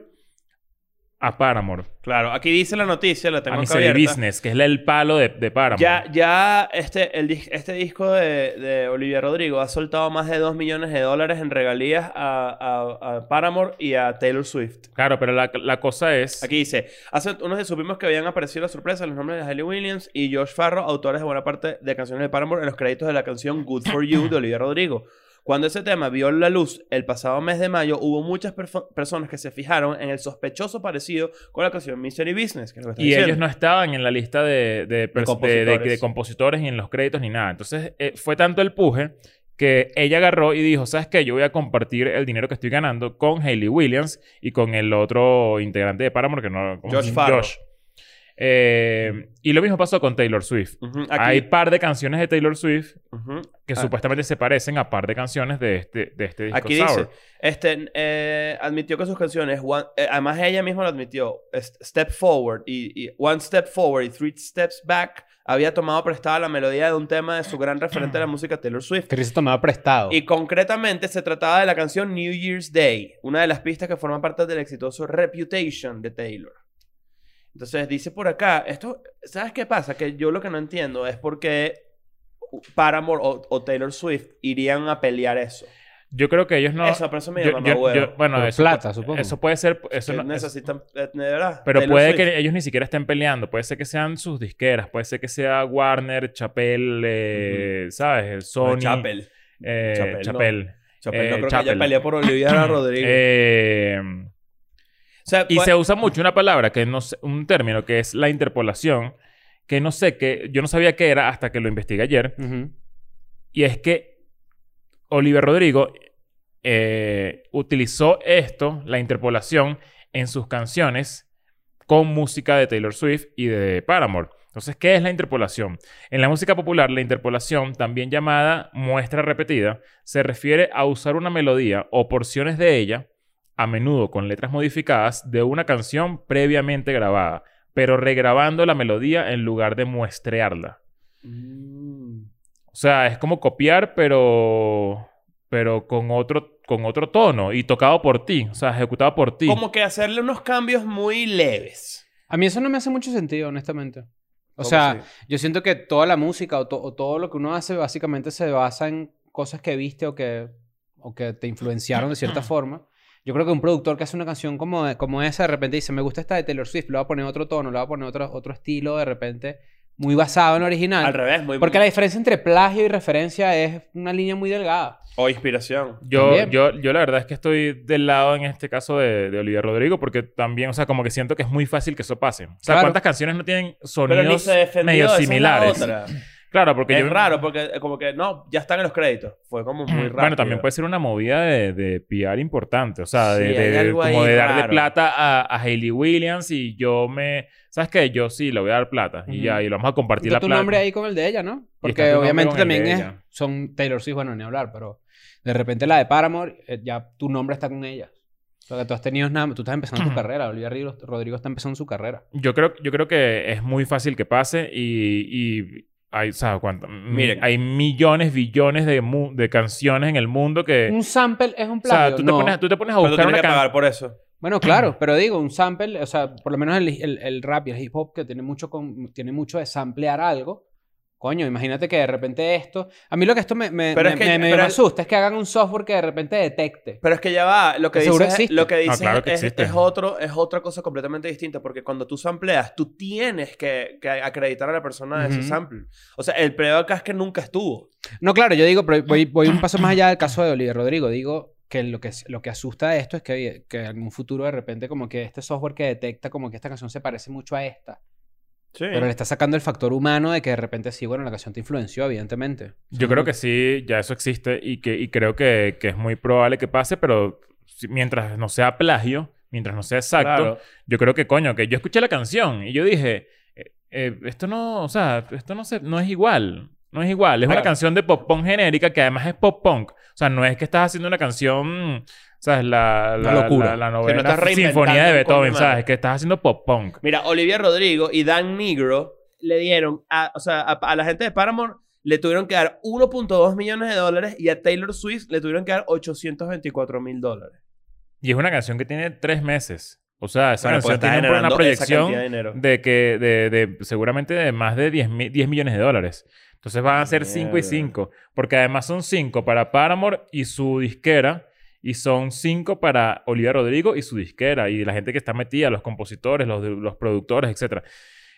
Speaker 2: a Paramore
Speaker 3: Claro, aquí dice la noticia, la tengo
Speaker 2: a
Speaker 3: acá
Speaker 2: mi
Speaker 3: abierta.
Speaker 2: Business, que es la- el palo de, de Paramount.
Speaker 3: Ya, ya este, el, dis- este disco de, de Olivia Rodrigo ha soltado más de 2 millones de dólares en regalías a, a- a Paramore y a Taylor Swift.
Speaker 2: Claro, pero la, la cosa es...
Speaker 3: Aquí dice, hace unos días supimos que habían aparecido la sorpresa los nombres de Haley Williams y Josh Farro, autores de buena parte de canciones de Paramore, en los créditos de la canción Good For You de Olivia Rodrigo. Cuando ese tema vio la luz el pasado mes de mayo, hubo muchas perfo- personas que se fijaron en el sospechoso parecido con la canción Mystery Business. Que es lo que está
Speaker 2: Y
Speaker 3: diciendo.
Speaker 2: ellos no estaban en la lista de, de, pers- de- de- de compositores.
Speaker 3: compositores.
Speaker 2: ni en los créditos ni nada. Entonces, eh, fue tanto el puje que ella agarró y dijo, ¿sabes qué? Yo voy a compartir el dinero que estoy ganando con Hayley Williams y con el otro integrante de Paramore, que no... ¿cómo se
Speaker 3: Josh
Speaker 2: llama?
Speaker 3: Farro.
Speaker 2: Eh, y lo mismo pasó con Taylor Swift.
Speaker 3: Ujú, aquí-
Speaker 2: Hay par de canciones de Taylor Swift
Speaker 3: ujú.
Speaker 2: que
Speaker 3: Ah.
Speaker 2: supuestamente se parecen a par de canciones de este, de este disco
Speaker 3: Aquí
Speaker 2: Sour.
Speaker 3: dice, este, eh, admitió que sus canciones, One- eh, además ella misma lo admitió, es- Step Forward y, y One Step Forward y Three Steps Back, había tomado prestada la melodía de un tema de su gran referente de la música Taylor Swift.
Speaker 4: Que se tomaba prestado.
Speaker 3: Y concretamente se trataba de la canción New Year's Day, una de las pistas que forman parte del exitoso Reputation de Taylor. Entonces dice por acá, esto, ¿sabes qué pasa? Que yo lo que no entiendo es por qué Paramore o, o Taylor Swift irían a pelear eso.
Speaker 2: Yo creo que ellos no...
Speaker 3: eso, pero eso me
Speaker 2: Yo-
Speaker 3: llama
Speaker 2: yo-
Speaker 3: huevo.
Speaker 2: yo- bueno,
Speaker 4: Por
Speaker 2: eso,
Speaker 4: plata, supongo.
Speaker 2: eso puede ser. Eso
Speaker 3: que
Speaker 2: no- eso-
Speaker 3: necesitan eh, de Ah, verdad.
Speaker 2: pero
Speaker 3: Taylor
Speaker 2: puede
Speaker 3: Swift.
Speaker 2: que ellos ni siquiera estén peleando. Puede ser que sean sus disqueras. Puede ser que sea Warner, Chapel, eh, ¿sabes? El Sony.
Speaker 3: No, Chappell.
Speaker 2: eh,
Speaker 3: Chappell, no.
Speaker 2: Chappell.
Speaker 3: Chappell, no
Speaker 2: Eh,
Speaker 3: creo que
Speaker 2: Chappell.
Speaker 3: haya peleado por
Speaker 2: [clears throat]
Speaker 3: Olivia Rodrigo.
Speaker 2: Eh,
Speaker 3: o sea,
Speaker 2: y
Speaker 3: pues-
Speaker 2: se usa mucho una palabra, que no sé- un término que es la interpolación, que no sé qué, yo no sabía qué era hasta que lo investigué ayer.
Speaker 4: Ujú.
Speaker 2: Y es que Oliver Rodrigo eh, utilizó esto, la interpolación, en sus canciones con música de Taylor Swift y de Paramore. Entonces, ¿qué es la interpolación? En la música popular, la interpolación, también llamada muestra repetida, se refiere a usar una melodía o porciones de ella, a menudo con letras modificadas, de una canción previamente grabada, pero regrabando la melodía en lugar de muestrearla.
Speaker 3: Mm.
Speaker 2: O sea, es como copiar, pero. Pero con otro, con otro tono y tocado por ti. O sea, ejecutado por ti.
Speaker 3: Como que hacerle unos cambios muy leves.
Speaker 4: A mí eso no me hace mucho sentido, honestamente. O
Speaker 3: ¿Cómo
Speaker 4: sea,
Speaker 3: así?
Speaker 4: yo siento que toda la música o, to- o todo lo que uno hace básicamente se basa en cosas que viste o que, o que te influenciaron de
Speaker 3: [clears throat]
Speaker 4: cierta forma. Yo creo que un productor que hace una canción como, como esa de repente dice, me gusta esta de Taylor Swift, le voy a poner otro tono, le voy a poner otro, otro estilo de repente muy basado en lo original.
Speaker 3: al revés, muy
Speaker 4: Porque la diferencia entre plagio y referencia es una línea muy delgada.
Speaker 3: o inspiración.
Speaker 2: yo,
Speaker 4: también.
Speaker 2: yo, yo la verdad es que estoy del lado en este caso de, de Olivia Rodrigo, porque también, o sea, como que siento que es muy fácil que eso pase. O sea,
Speaker 4: Claro.
Speaker 2: ¿cuántas canciones no tienen
Speaker 3: Pero ni
Speaker 2: sonidos
Speaker 3: se defendió.
Speaker 2: medio
Speaker 3: esa es la
Speaker 2: similares?
Speaker 3: otra.
Speaker 2: claro, porque
Speaker 3: es
Speaker 2: yo.
Speaker 3: raro, porque eh, como que no, ya están en los créditos. Fue como muy raro.
Speaker 2: Bueno, también puede ser una movida de, de PR importante. O sea, de,
Speaker 3: Sí, hay
Speaker 2: de-
Speaker 3: algo
Speaker 2: como
Speaker 3: ahí
Speaker 2: de darle
Speaker 3: raro.
Speaker 2: plata a, a Hayley Williams y yo me. ¿Sabes qué? Yo sí le voy a dar plata. Y
Speaker 4: Ujú.
Speaker 2: ya, y lo vamos a compartir
Speaker 4: Está
Speaker 2: la
Speaker 4: tu
Speaker 2: plata.
Speaker 4: nombre ahí con el de ella, ¿no?
Speaker 2: tu
Speaker 4: Porque
Speaker 2: nombre
Speaker 4: obviamente
Speaker 2: con el de
Speaker 4: también es,
Speaker 2: ella.
Speaker 4: son Taylor Swift, bueno, ni hablar, pero de repente la de Paramore, eh, ya tu nombre está con ella. Lo que tú has tenido es nada, tú estás empezando tu carrera, Olivia Rodrigo, Rodrigo está empezando su carrera.
Speaker 2: Yo creo, yo creo que es muy fácil que pase y, y hay, ¿sabes cuánto? M-
Speaker 3: Miren.
Speaker 2: hay millones, billones de, mu- de canciones en el mundo que...
Speaker 4: Un sample es un
Speaker 2: Eh, O sea,
Speaker 4: plagio.
Speaker 2: tú,
Speaker 4: No.
Speaker 2: te pones, tú te pones a
Speaker 3: Pero tú
Speaker 2: buscar
Speaker 3: tienes
Speaker 2: una
Speaker 3: que
Speaker 2: canción...
Speaker 3: pagar por eso.
Speaker 4: Bueno, claro, [clears throat] pero digo, un sample, o sea, por lo menos el, el- el rap y el hip hop que tiene mucho, con- tiene mucho de samplear algo, Coño, imagínate que de repente esto. A mí lo que esto me, me,
Speaker 3: Pero es
Speaker 4: me-
Speaker 3: que-
Speaker 4: me- me
Speaker 3: pero-
Speaker 4: asusta es que hagan un software que de repente detecte.
Speaker 3: Pero es que ya va, lo que
Speaker 4: Seguro
Speaker 3: dices,
Speaker 4: existe.
Speaker 3: lo que
Speaker 2: No,
Speaker 3: dices
Speaker 2: claro que
Speaker 3: es,
Speaker 2: existe.
Speaker 3: es otro, es otra cosa completamente distinta, porque cuando tú sampleas, tú tienes que, que acreditar a la persona de
Speaker 2: Ujú.
Speaker 3: ese sample. O sea, el prueba acá es que nunca estuvo.
Speaker 4: No, claro, yo digo, pero voy, voy un paso más allá del caso de Oliver Rodrigo. Digo que lo que, lo que asusta de esto es que, oye, que en un futuro de repente como que este software que detecta como que esta canción se parece mucho a esta.
Speaker 3: Sí.
Speaker 4: Pero le está sacando el factor humano de que de repente sí, bueno, la canción te influenció, evidentemente.
Speaker 2: Yo creo que sí, ya eso existe y, que, y creo que, que es muy probable que pase, pero si- mientras no sea plagio, mientras no sea exacto,
Speaker 3: Claro.
Speaker 2: yo creo que coño, que yo escuché la canción y yo dije, eh, eh, esto no, o sea, esto no, se, no es igual. No es igual, es una
Speaker 3: Claro.
Speaker 2: canción de pop punk genérica que además es pop punk. O sea, no es que estás haciendo una canción, ¿sabes? La,
Speaker 4: Una
Speaker 2: la-
Speaker 4: locura.
Speaker 2: la- la
Speaker 3: no
Speaker 2: novena
Speaker 3: estás reinventando
Speaker 2: sinfonía de
Speaker 3: un coño
Speaker 2: Beethoven,
Speaker 3: madre.
Speaker 2: ¿sabes? Que estás haciendo pop punk.
Speaker 3: Mira, Olivia Rodrigo y Dan Negro le dieron, a, o sea, a, a la gente de Paramore le tuvieron que dar 1.2 millones de dólares y a Taylor Swift le tuvieron que dar 824 mil dólares.
Speaker 2: Y es una canción que tiene tres meses. O sea, esa
Speaker 3: Bueno, pues
Speaker 2: canción
Speaker 3: está
Speaker 2: tiene un- una
Speaker 3: generando esa
Speaker 2: proyección
Speaker 3: cantidad de dinero.
Speaker 2: de que de, de- seguramente de más de 10, mi- 10 millones de dólares. Entonces van a ser 5 y
Speaker 3: Mierda.
Speaker 2: 5, porque además son 5 para Paramore y su disquera y son 5 para Olivia Rodrigo y su disquera y la gente que está metida, los compositores, los, de- los productores, etcétera.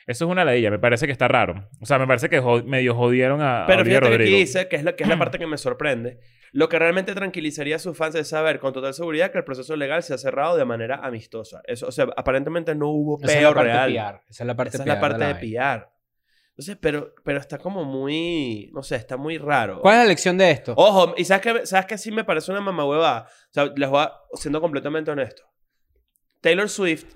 Speaker 2: Eso es una ladilla, me parece que está raro. O sea, me parece que jo- medio jodieron a, a
Speaker 3: Pero
Speaker 2: Olivia
Speaker 3: fíjate que aquí
Speaker 2: Rodrigo.
Speaker 3: dice, que es, la, que
Speaker 4: [clears throat]
Speaker 3: es la parte que me sorprende, lo que realmente tranquilizaría a sus fans es saber con total seguridad que el proceso legal se ha cerrado de manera amistosa. Eso, o sea, aparentemente no hubo
Speaker 4: Esa es la
Speaker 3: peo
Speaker 4: parte
Speaker 3: real.
Speaker 4: PR. Esa es la parte
Speaker 3: Esa es
Speaker 4: PR
Speaker 3: la parte de
Speaker 4: vaina.
Speaker 3: pillar. Entonces, pero, pero está como muy, no sé, está muy raro.
Speaker 4: ¿Cuál es la lección de esto?
Speaker 3: [laughs] Ojo, y sabes que, sabes que sí me parece una mamahueva. O sea, les voy a, siendo completamente honesto. Taylor Swift,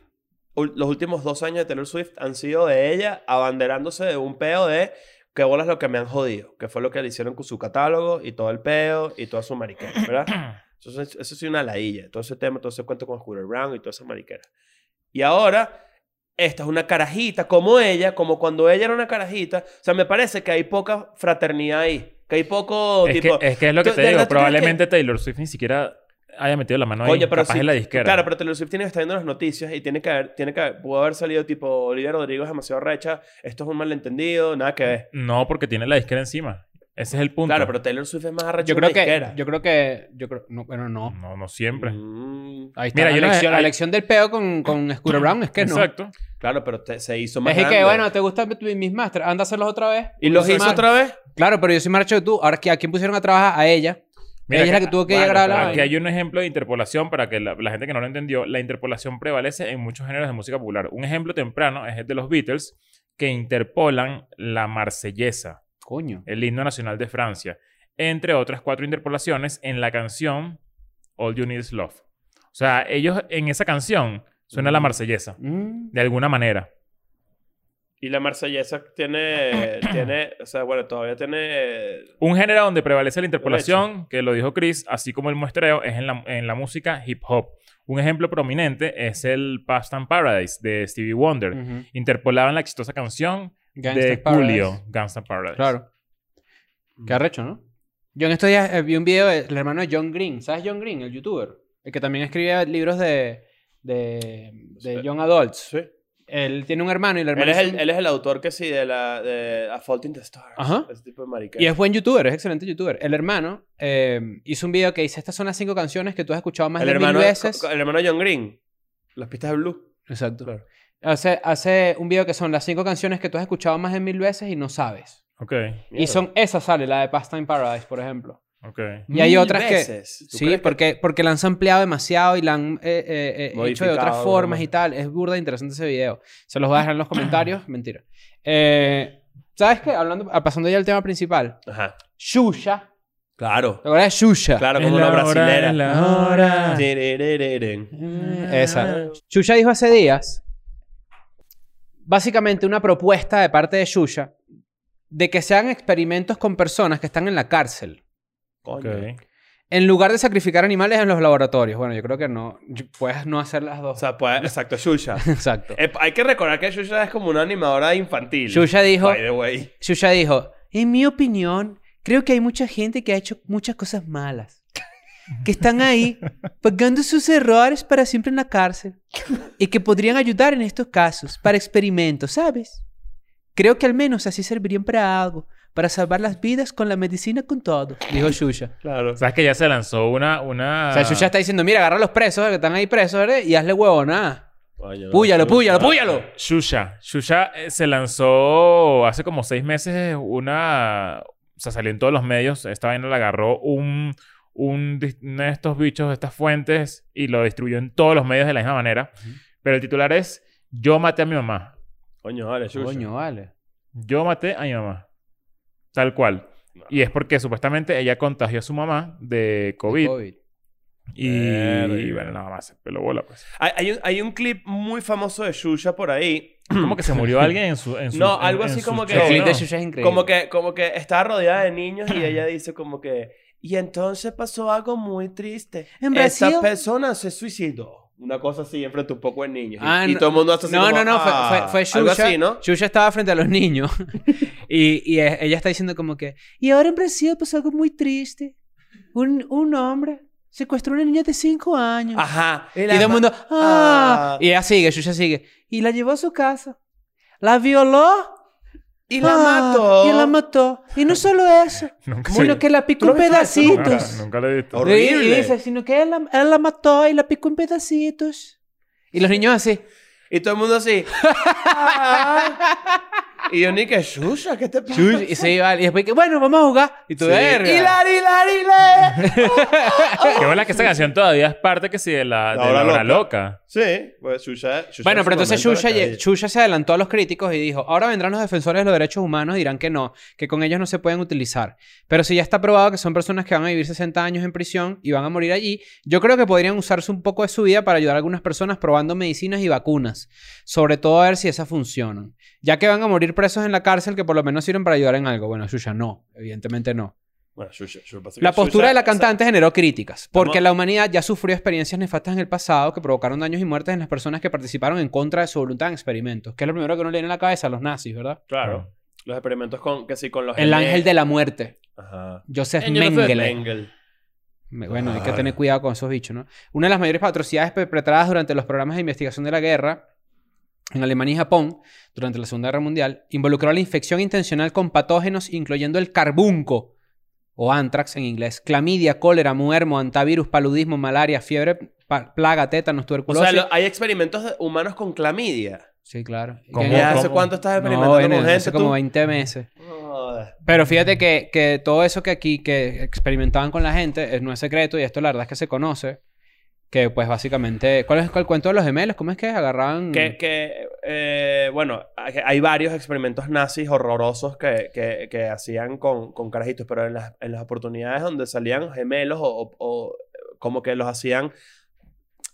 Speaker 3: ul- los últimos dos años de Taylor Swift han sido de ella abanderándose de un peo de que bolas lo que me han jodido, que fue lo que le hicieron con su catálogo y todo el peo y toda su mariquera,
Speaker 2: [coughs]
Speaker 3: ¿verdad? Entonces, eso sí una ladilla. Todo ese tema, todo ese cuento con Scooter Brown y toda esa mariquera. Y ahora, esta es una carajita como ella, como cuando ella era una carajita. O sea, me parece que hay poca fraternidad ahí. Que hay
Speaker 2: [clears throat]
Speaker 3: poco,
Speaker 2: es,
Speaker 3: tipo...
Speaker 2: que, es que es lo que
Speaker 3: tú-
Speaker 2: te
Speaker 3: de
Speaker 2: digo,
Speaker 3: verdad, ¿tú crees
Speaker 2: probablemente Taylor Swift ni siquiera haya metido la mano ahí,
Speaker 3: Coño, pero
Speaker 2: capaz
Speaker 3: sí-
Speaker 2: es la disquera.
Speaker 3: Claro, pero Taylor Swift tiene que estar viendo las noticias y tiene que haber, tiene que haber, pudo haber salido tipo, Olivia Rodrigo es demasiado recha, esto es un malentendido, nada que ver.
Speaker 2: No, porque tiene la disquera encima. Ese es el punto.
Speaker 3: Claro, pero Taylor Swift es más arrecha
Speaker 4: yo creo
Speaker 3: una
Speaker 4: que.
Speaker 3: disquera.
Speaker 4: Yo creo que. Yo creo. No, bueno, no.
Speaker 2: No, no siempre. [laughs]
Speaker 3: Mm,
Speaker 4: Ahí está.
Speaker 2: Mira,
Speaker 4: la,
Speaker 2: yo no sé,
Speaker 4: elección, la
Speaker 2: hay-
Speaker 4: elección del peo con, con Scooter Brown es que no.
Speaker 2: Exacto.
Speaker 3: claro, pero te- se hizo más
Speaker 4: Es que,
Speaker 3: grande.
Speaker 4: bueno, ¿te gustan mis masters? Anda a hacerlos otra vez.
Speaker 3: ¿Y los
Speaker 4: Yo soy
Speaker 3: hizo
Speaker 4: mar-
Speaker 3: otra vez?
Speaker 4: Claro, pero yo soy marcho de tú. Ahora, ¿a quién pusieron a trabajar? A ella.
Speaker 2: Mira
Speaker 4: ella es la que tuvo que
Speaker 3: bueno,
Speaker 4: llegar a la...
Speaker 3: pero
Speaker 2: Aquí hay un ejemplo de interpolación para que la, la gente que no lo entendió. La interpolación prevalece en muchos géneros de música popular. Un ejemplo temprano es el de los Beatles, que interpolan la marsellesa,
Speaker 4: Coño.
Speaker 2: el himno nacional de Francia, entre otras cuatro interpolaciones en la canción All You Need Is Love. O sea, ellos en esa canción suena la marsellesa,
Speaker 4: Mm.
Speaker 2: de alguna manera.
Speaker 3: Y la marsellesa tiene, [coughs] tiene, o sea, bueno, todavía tiene...
Speaker 2: Un género donde prevalece la interpolación, que lo dijo Chris, así como el muestreo, es en la, en la música hip hop. Un ejemplo prominente es el Past and Paradise de Stevie Wonder,
Speaker 4: Ujú.
Speaker 2: interpolado en la exitosa canción de
Speaker 4: Mm. Gangsta
Speaker 2: Julio,
Speaker 4: Paradise.
Speaker 2: Gangsta Paradise.
Speaker 4: Claro. Qué arrecho, ¿no? Yo en estos días eh, vi un video del hermano de John Green. ¿Sabes John Green? El youtuber. El que también escribía libros de... De, de
Speaker 3: Sí.
Speaker 4: Young Adults.
Speaker 3: Sí.
Speaker 4: Él tiene un hermano y el
Speaker 3: Él
Speaker 4: hermano...
Speaker 3: es, el, él es el autor que sí, de la... de A Fault in the Stars.
Speaker 4: Ajá.
Speaker 3: Ese tipo de mariquera.
Speaker 4: Y es buen youtuber, es excelente youtuber. El hermano eh, hizo un video que dice, estas son las cinco canciones que tú has escuchado más
Speaker 3: el
Speaker 4: de
Speaker 3: hermano,
Speaker 4: mil veces.
Speaker 3: El hermano John Green. Las pistas de Blue.
Speaker 4: Exacto.
Speaker 3: Claro.
Speaker 4: Hace, hace un video que son las cinco canciones que tú has escuchado más de mil veces y no sabes.
Speaker 2: Ok,
Speaker 4: Y son esas sale, la de Pastime Paradise, por ejemplo.
Speaker 2: ok.
Speaker 4: Y hay
Speaker 3: Mil
Speaker 4: otras que-
Speaker 3: veces. ¿Tú
Speaker 4: Sí,
Speaker 3: crees que-
Speaker 4: porque, porque la han ampliado demasiado y la han eh, eh, eh, hecho de otras
Speaker 3: Modificado,
Speaker 4: formas
Speaker 3: ¿no?
Speaker 4: y tal. Es burda e interesante ese video. Se los voy a dejar en los
Speaker 3: [clears throat]
Speaker 4: comentarios. Mentira. Eh, ¿Sabes qué? Hablando, pasando ya al tema principal.
Speaker 3: Ajá.
Speaker 4: Shusha.
Speaker 3: Claro.
Speaker 4: ¿Te acuerdas de Shusha?
Speaker 3: Claro,
Speaker 2: Es
Speaker 3: como
Speaker 2: la
Speaker 3: una
Speaker 2: hora,
Speaker 3: brasilera. Ah,
Speaker 2: es la hora.
Speaker 3: Tiririririririn.
Speaker 4: Esa. Xuxa dijo hace días, básicamente una propuesta de parte de Xuxa de que se hagan experimentos con personas que están en la cárcel.
Speaker 2: Ok.
Speaker 3: Coño.
Speaker 4: En lugar de sacrificar animales en los laboratorios. Bueno, yo creo que no. yo- Puedes no hacer las
Speaker 3: O
Speaker 4: dos.
Speaker 3: sea, pues, exacto, [laughs] Shusha.
Speaker 4: [laughs] Exacto.
Speaker 3: Eh, hay que recordar que Shusha es como una animadora infantil.
Speaker 4: Xuxa dijo,
Speaker 3: By the way.
Speaker 4: Xuxa dijo, en mi opinión, creo que hay mucha gente que ha hecho muchas cosas malas. Que están ahí pagando sus errores para siempre en la cárcel. Y que podrían ayudar en estos casos para experimentos, ¿sabes? Creo que al menos así servirían para algo. Para salvar las vidas con la medicina con todo. Dijo Shusha.
Speaker 3: Claro.
Speaker 2: Sabes que ya se lanzó una... una...
Speaker 4: O sea, Shusha está diciendo, mira, agarra a los presos que están ahí presos, ¿verdad? Y hazle huevonada.
Speaker 3: Oye, no,
Speaker 4: Púyalo,
Speaker 3: no,
Speaker 4: púyalo,
Speaker 3: no.
Speaker 4: púyalo.
Speaker 2: Shusha. Shusha eh, se lanzó hace como seis meses una... O sea, salió en todos los medios. Esta vaina la agarró un... un dis- uno de estos bichos, de estas fuentes, y lo distribuyó en todos los medios de la misma manera. Pero el titular es Yo maté a mi mamá.
Speaker 3: Coño, vale, Xuxa.
Speaker 4: Coño, vale.
Speaker 2: Yo maté a mi mamá. Tal cual. Y es porque supuestamente ella contagió a su mamá de COVID. Y,
Speaker 3: Verga.
Speaker 2: y bueno, nada más se peló bola, pues.
Speaker 3: Hay, hay un, hay un clip muy famoso de Shusha por ahí.
Speaker 2: Como que se
Speaker 3: [clears throat]
Speaker 2: murió alguien en su. en su-
Speaker 3: Hmm. No,
Speaker 2: en-
Speaker 3: algo
Speaker 2: en
Speaker 3: así
Speaker 2: su
Speaker 3: como que-
Speaker 4: El
Speaker 2: show,
Speaker 4: clip
Speaker 2: ¿no?
Speaker 4: de Shusha es increíble.
Speaker 3: Como que, como que estaba rodeada de niños y ella dice como que... Y entonces pasó algo muy triste.
Speaker 4: En
Speaker 3: Esta
Speaker 4: Brasil-
Speaker 3: persona se suicidó. Una cosa así, enfrente a un poco de niños. Y-
Speaker 4: Ah,
Speaker 3: y,
Speaker 4: no-
Speaker 3: todo el mundo hace así
Speaker 4: No,
Speaker 3: como,
Speaker 4: no, no, fue,
Speaker 3: "Ah",
Speaker 4: fue, fue
Speaker 3: Algo
Speaker 4: Xuxa.
Speaker 3: así, ¿no?
Speaker 4: Xuxa estaba frente a los niños. [laughs] y, y e- ella está diciendo como que... Y ahora en Brasil pasó algo muy triste. Un, un hombre secuestró a una niña de 5 años.
Speaker 3: Ajá.
Speaker 4: Y todo el mundo... ¡Ah!
Speaker 3: Ah.
Speaker 4: Y ella sigue, Xuxa sigue. Y la llevó a su casa. La violó.
Speaker 3: Y la
Speaker 4: Ah,
Speaker 3: mató.
Speaker 4: Y la mató. Y no solo eso.
Speaker 2: Nunca se-
Speaker 4: Bueno, que la picó
Speaker 3: ¿Tú
Speaker 4: en
Speaker 3: lo viste eso?
Speaker 2: nunca-
Speaker 4: pedacitos.
Speaker 2: [laughs] Nunca lo he visto.
Speaker 3: Ahora-
Speaker 4: Y- Y
Speaker 3: Horrible.
Speaker 4: dice, sino que él la, él la mató y la picó en pedacitos. Y los niños así.
Speaker 3: Y todo el mundo así. "Ah". y yo ni que Shusha, ¿qué te pasa?
Speaker 4: Chuy, Y se iba. Y después que, bueno, vamos a jugar. Y tú,
Speaker 3: Sí.
Speaker 4: verga.
Speaker 3: Y la, y la,
Speaker 4: [laughs]
Speaker 3: y la.
Speaker 2: Qué buena que esta canción todavía es parte que sí de la, de
Speaker 3: La hora
Speaker 2: la hora
Speaker 3: loca.
Speaker 2: loca.
Speaker 3: Sí, pues Shusha. Shusha
Speaker 4: Bueno,
Speaker 3: en
Speaker 4: pero
Speaker 3: su
Speaker 4: entonces
Speaker 3: momento
Speaker 4: Shusha,
Speaker 3: era
Speaker 4: lle-
Speaker 3: calle.
Speaker 4: Shusha se adelantó a los críticos y dijo, ahora vendrán los defensores de los derechos humanos y dirán que no, que con ellos no se pueden utilizar. Pero si ya está probado que son personas que van a vivir 60 años en prisión y van a morir allí, yo creo que podrían usarse un poco de su vida para ayudar a algunas personas probando medicinas y vacunas, sobre todo a ver si esas funcionan. Ya que van a morir presos en la cárcel, que por lo menos sirven para ayudar en algo. Bueno, Shusha no, evidentemente no.
Speaker 3: Bueno, Shusha. Shusha- pasa que
Speaker 4: La postura
Speaker 3: Shusha-
Speaker 4: de la cantante generó críticas, porque
Speaker 3: Vamos-
Speaker 4: la humanidad ya sufrió experiencias nefastas en el pasado que provocaron daños y muertes en las personas que participaron en contra de su voluntad en experimentos, que es lo primero que uno le viene a la cabeza a los nazis, ¿verdad?
Speaker 3: Claro. Los experimentos con, que sí, con los.
Speaker 4: El ángel de la muerte,
Speaker 3: Ajá.
Speaker 4: Pues Joseph
Speaker 2: Angel of
Speaker 4: Mengele.
Speaker 3: Engel.
Speaker 4: Me- Bueno, hay que
Speaker 3: Claro.
Speaker 4: tener cuidado con esos bichos, ¿no? Una de las mayores atrocidades perpetradas durante los programas de investigación de la guerra en Alemania y Japón durante la Segunda Guerra Mundial involucró la infección intencional con patógenos incluyendo el carbunco o antrax en inglés, clamidia, cólera, muermo, antivirus, paludismo, malaria, fiebre, pa- plaga, tétanos,
Speaker 3: O
Speaker 4: tuberculosis.
Speaker 3: sea, lo- hay experimentos de- humanos con clamidia.
Speaker 4: Sí, claro.
Speaker 2: ¿Cómo?
Speaker 4: Que-
Speaker 3: ¿Ya hace
Speaker 2: cómo?
Speaker 3: cuánto estás
Speaker 4: No,
Speaker 3: experimentando
Speaker 4: en-
Speaker 3: con
Speaker 4: hace
Speaker 3: gente?
Speaker 4: como
Speaker 3: tú?
Speaker 4: 20 meses.
Speaker 3: Joder.
Speaker 4: Pero fíjate que, que todo eso que aquí que experimentaban con la gente eh, no es secreto y esto la verdad es que se conoce. Que pues básicamente... ¿Cuál es el cuento de los gemelos? ¿Cómo es que agarraban...?
Speaker 3: Que, que eh, bueno, hay, hay varios experimentos nazis horrorosos que, que, que hacían con, con carajitos, pero en las, en las oportunidades donde salían gemelos o, o- o como que los hacían,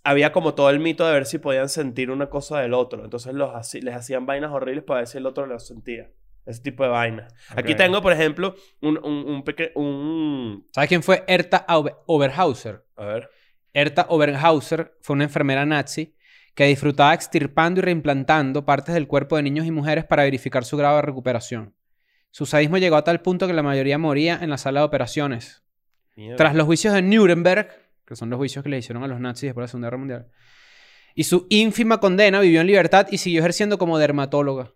Speaker 3: había como todo el mito de ver si podían sentir una cosa del otro. Entonces los haci- les hacían vainas horribles para ver si el otro lo sentía. Ese tipo de vainas. Aquí
Speaker 2: Ok.
Speaker 3: tengo, por ejemplo, un, un, un, peque- un...
Speaker 4: ¿Sabes quién fue Erta Auber- Oberhauser?
Speaker 3: A ver.
Speaker 4: Erta Oberhauser fue una enfermera nazi que disfrutaba extirpando y reimplantando partes del cuerpo de niños y mujeres para verificar su grado de recuperación. Su sadismo llegó a tal punto que la mayoría moría en la sala de operaciones.
Speaker 3: Mierda.
Speaker 4: Tras los juicios de Nuremberg, que son los juicios que le hicieron a los nazis después de la Segunda Guerra Mundial, y su ínfima condena, vivió en libertad y siguió ejerciendo como dermatóloga.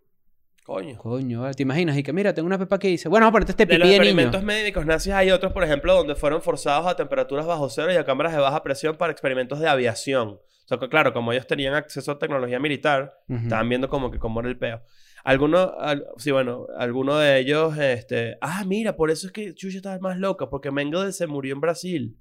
Speaker 3: Coño.
Speaker 4: Coño, vale, ¿te imaginas? Y que mira, tengo una pepa que dice, bueno, vamos a ponerte este
Speaker 3: De los
Speaker 4: pipí de, niño.
Speaker 3: experimentos médicos nazis hay otros, por ejemplo, donde fueron forzados a temperaturas bajo cero y a cámaras de baja presión para experimentos de aviación. O sea, que, claro, como ellos tenían acceso a tecnología militar,
Speaker 4: Ujú.
Speaker 3: estaban viendo como que cómo era el peo. Algunos, al- sí, bueno, alguno de ellos, este, ah, mira, por eso es que Chucha estaba más loca, porque Mengele se murió en Brasil.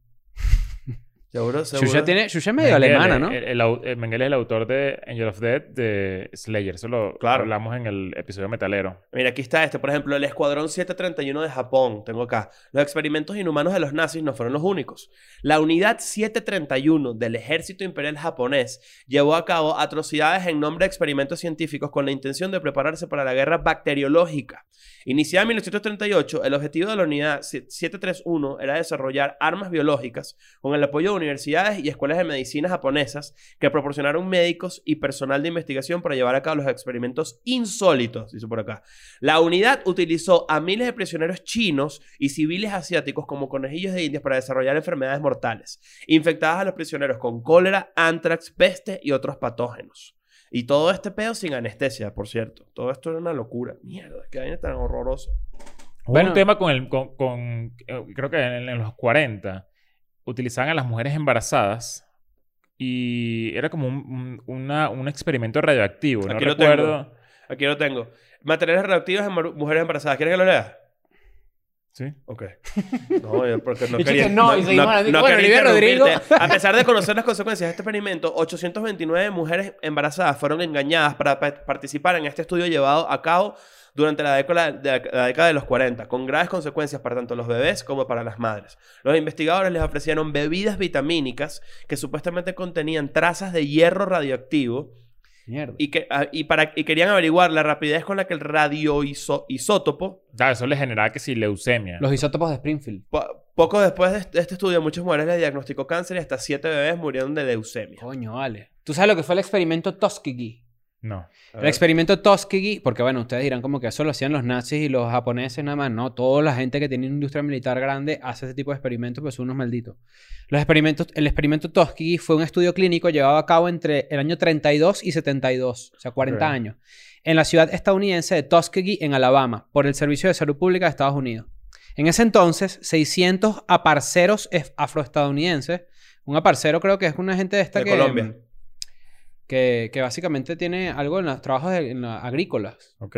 Speaker 3: Seguro, seguro.
Speaker 4: Xuxa tiene, Xuxa es medio
Speaker 2: Mengele,
Speaker 4: alemana, ¿no?
Speaker 2: El, el au- eh, Mengele es el autor de Angel of Death de Slayer. Eso lo
Speaker 3: Claro.
Speaker 2: hablamos en el episodio metalero.
Speaker 3: Mira, aquí está este, por ejemplo, el Escuadrón 731 de Japón, tengo acá. Los experimentos inhumanos de los nazis no fueron los únicos. La Unidad 731 del Ejército Imperial Japonés llevó a cabo atrocidades en nombre de experimentos científicos con la intención de prepararse para la guerra bacteriológica. Iniciada en 1938, el objetivo de la Unidad 731 era desarrollar armas biológicas con el apoyo de universidades y escuelas de medicina japonesas que proporcionaron médicos y personal de investigación para llevar a cabo los experimentos insólitos, dice por acá. La unidad utilizó a miles de prisioneros chinos y civiles asiáticos como conejillos de indias para desarrollar enfermedades mortales, infectadas a los prisioneros con cólera, antrax, peste y otros patógenos. Y todo este pedo sin anestesia, por cierto. Todo esto era una locura. Mierda, qué vaina tan horrorosa.
Speaker 2: Hubo
Speaker 4: Bueno.
Speaker 2: un tema con el... Con, con- eh, creo que en, en los 40 utilizaban a las mujeres embarazadas y era como un, un- una- un experimento radioactivo. No
Speaker 3: Aquí lo tengo.
Speaker 2: recuerdo...
Speaker 3: Aquí lo tengo. Materiales reactivos en maru- mujeres embarazadas. ¿Quieres que lo lea?
Speaker 2: Sí.
Speaker 3: Ok. No, yo porque
Speaker 4: [laughs]
Speaker 3: no
Speaker 4: Y
Speaker 3: quería.
Speaker 4: chica, no, y seguimos hablando. Bueno,
Speaker 3: quería
Speaker 4: Olivia Rodrigo.
Speaker 3: interrumpirte. A pesar de conocer las consecuencias de este experimento, 829 mujeres embarazadas fueron engañadas para pa- participar en este estudio llevado a cabo durante la década, de, la década de los 40, con graves consecuencias para tanto los bebés como para las madres. Los investigadores les ofrecieron bebidas vitamínicas que supuestamente contenían trazas de hierro radioactivo
Speaker 4: Mierda.
Speaker 3: y, que, ah, y, para, y querían averiguar la rapidez con la que el radioisótopo
Speaker 2: Claro, Ah, eso le generaba que si leucemia.
Speaker 4: Los isótopos de Springfield.
Speaker 3: Po- poco después de est- de este estudio, muchas mujeres le diagnosticó cáncer y hasta siete bebés murieron de leucemia.
Speaker 4: Coño, vale. ¿Tú sabes lo que fue el experimento Tuskegee?
Speaker 2: No.
Speaker 4: El experimento Tuskegee, porque bueno, ustedes dirán como que eso lo hacían los nazis y los japoneses nada más. No, toda la gente que tiene una industria militar grande hace ese tipo de experimentos, pues son unos malditos. Los experimentos, el experimento Tuskegee fue un estudio clínico llevado a cabo entre el año 32 y 72, o sea, 40
Speaker 2: Ok.
Speaker 4: años, en la ciudad estadounidense de Tuskegee, en Alabama, por el Servicio de Salud Pública de Estados Unidos. En ese entonces, 600 aparceros es- afroestadounidenses, un aparcero creo que es una gente de esta
Speaker 3: De
Speaker 4: que...
Speaker 3: Colombia.
Speaker 4: Que, que básicamente tiene algo en los trabajos de- en la- agrícolas.
Speaker 2: Ok.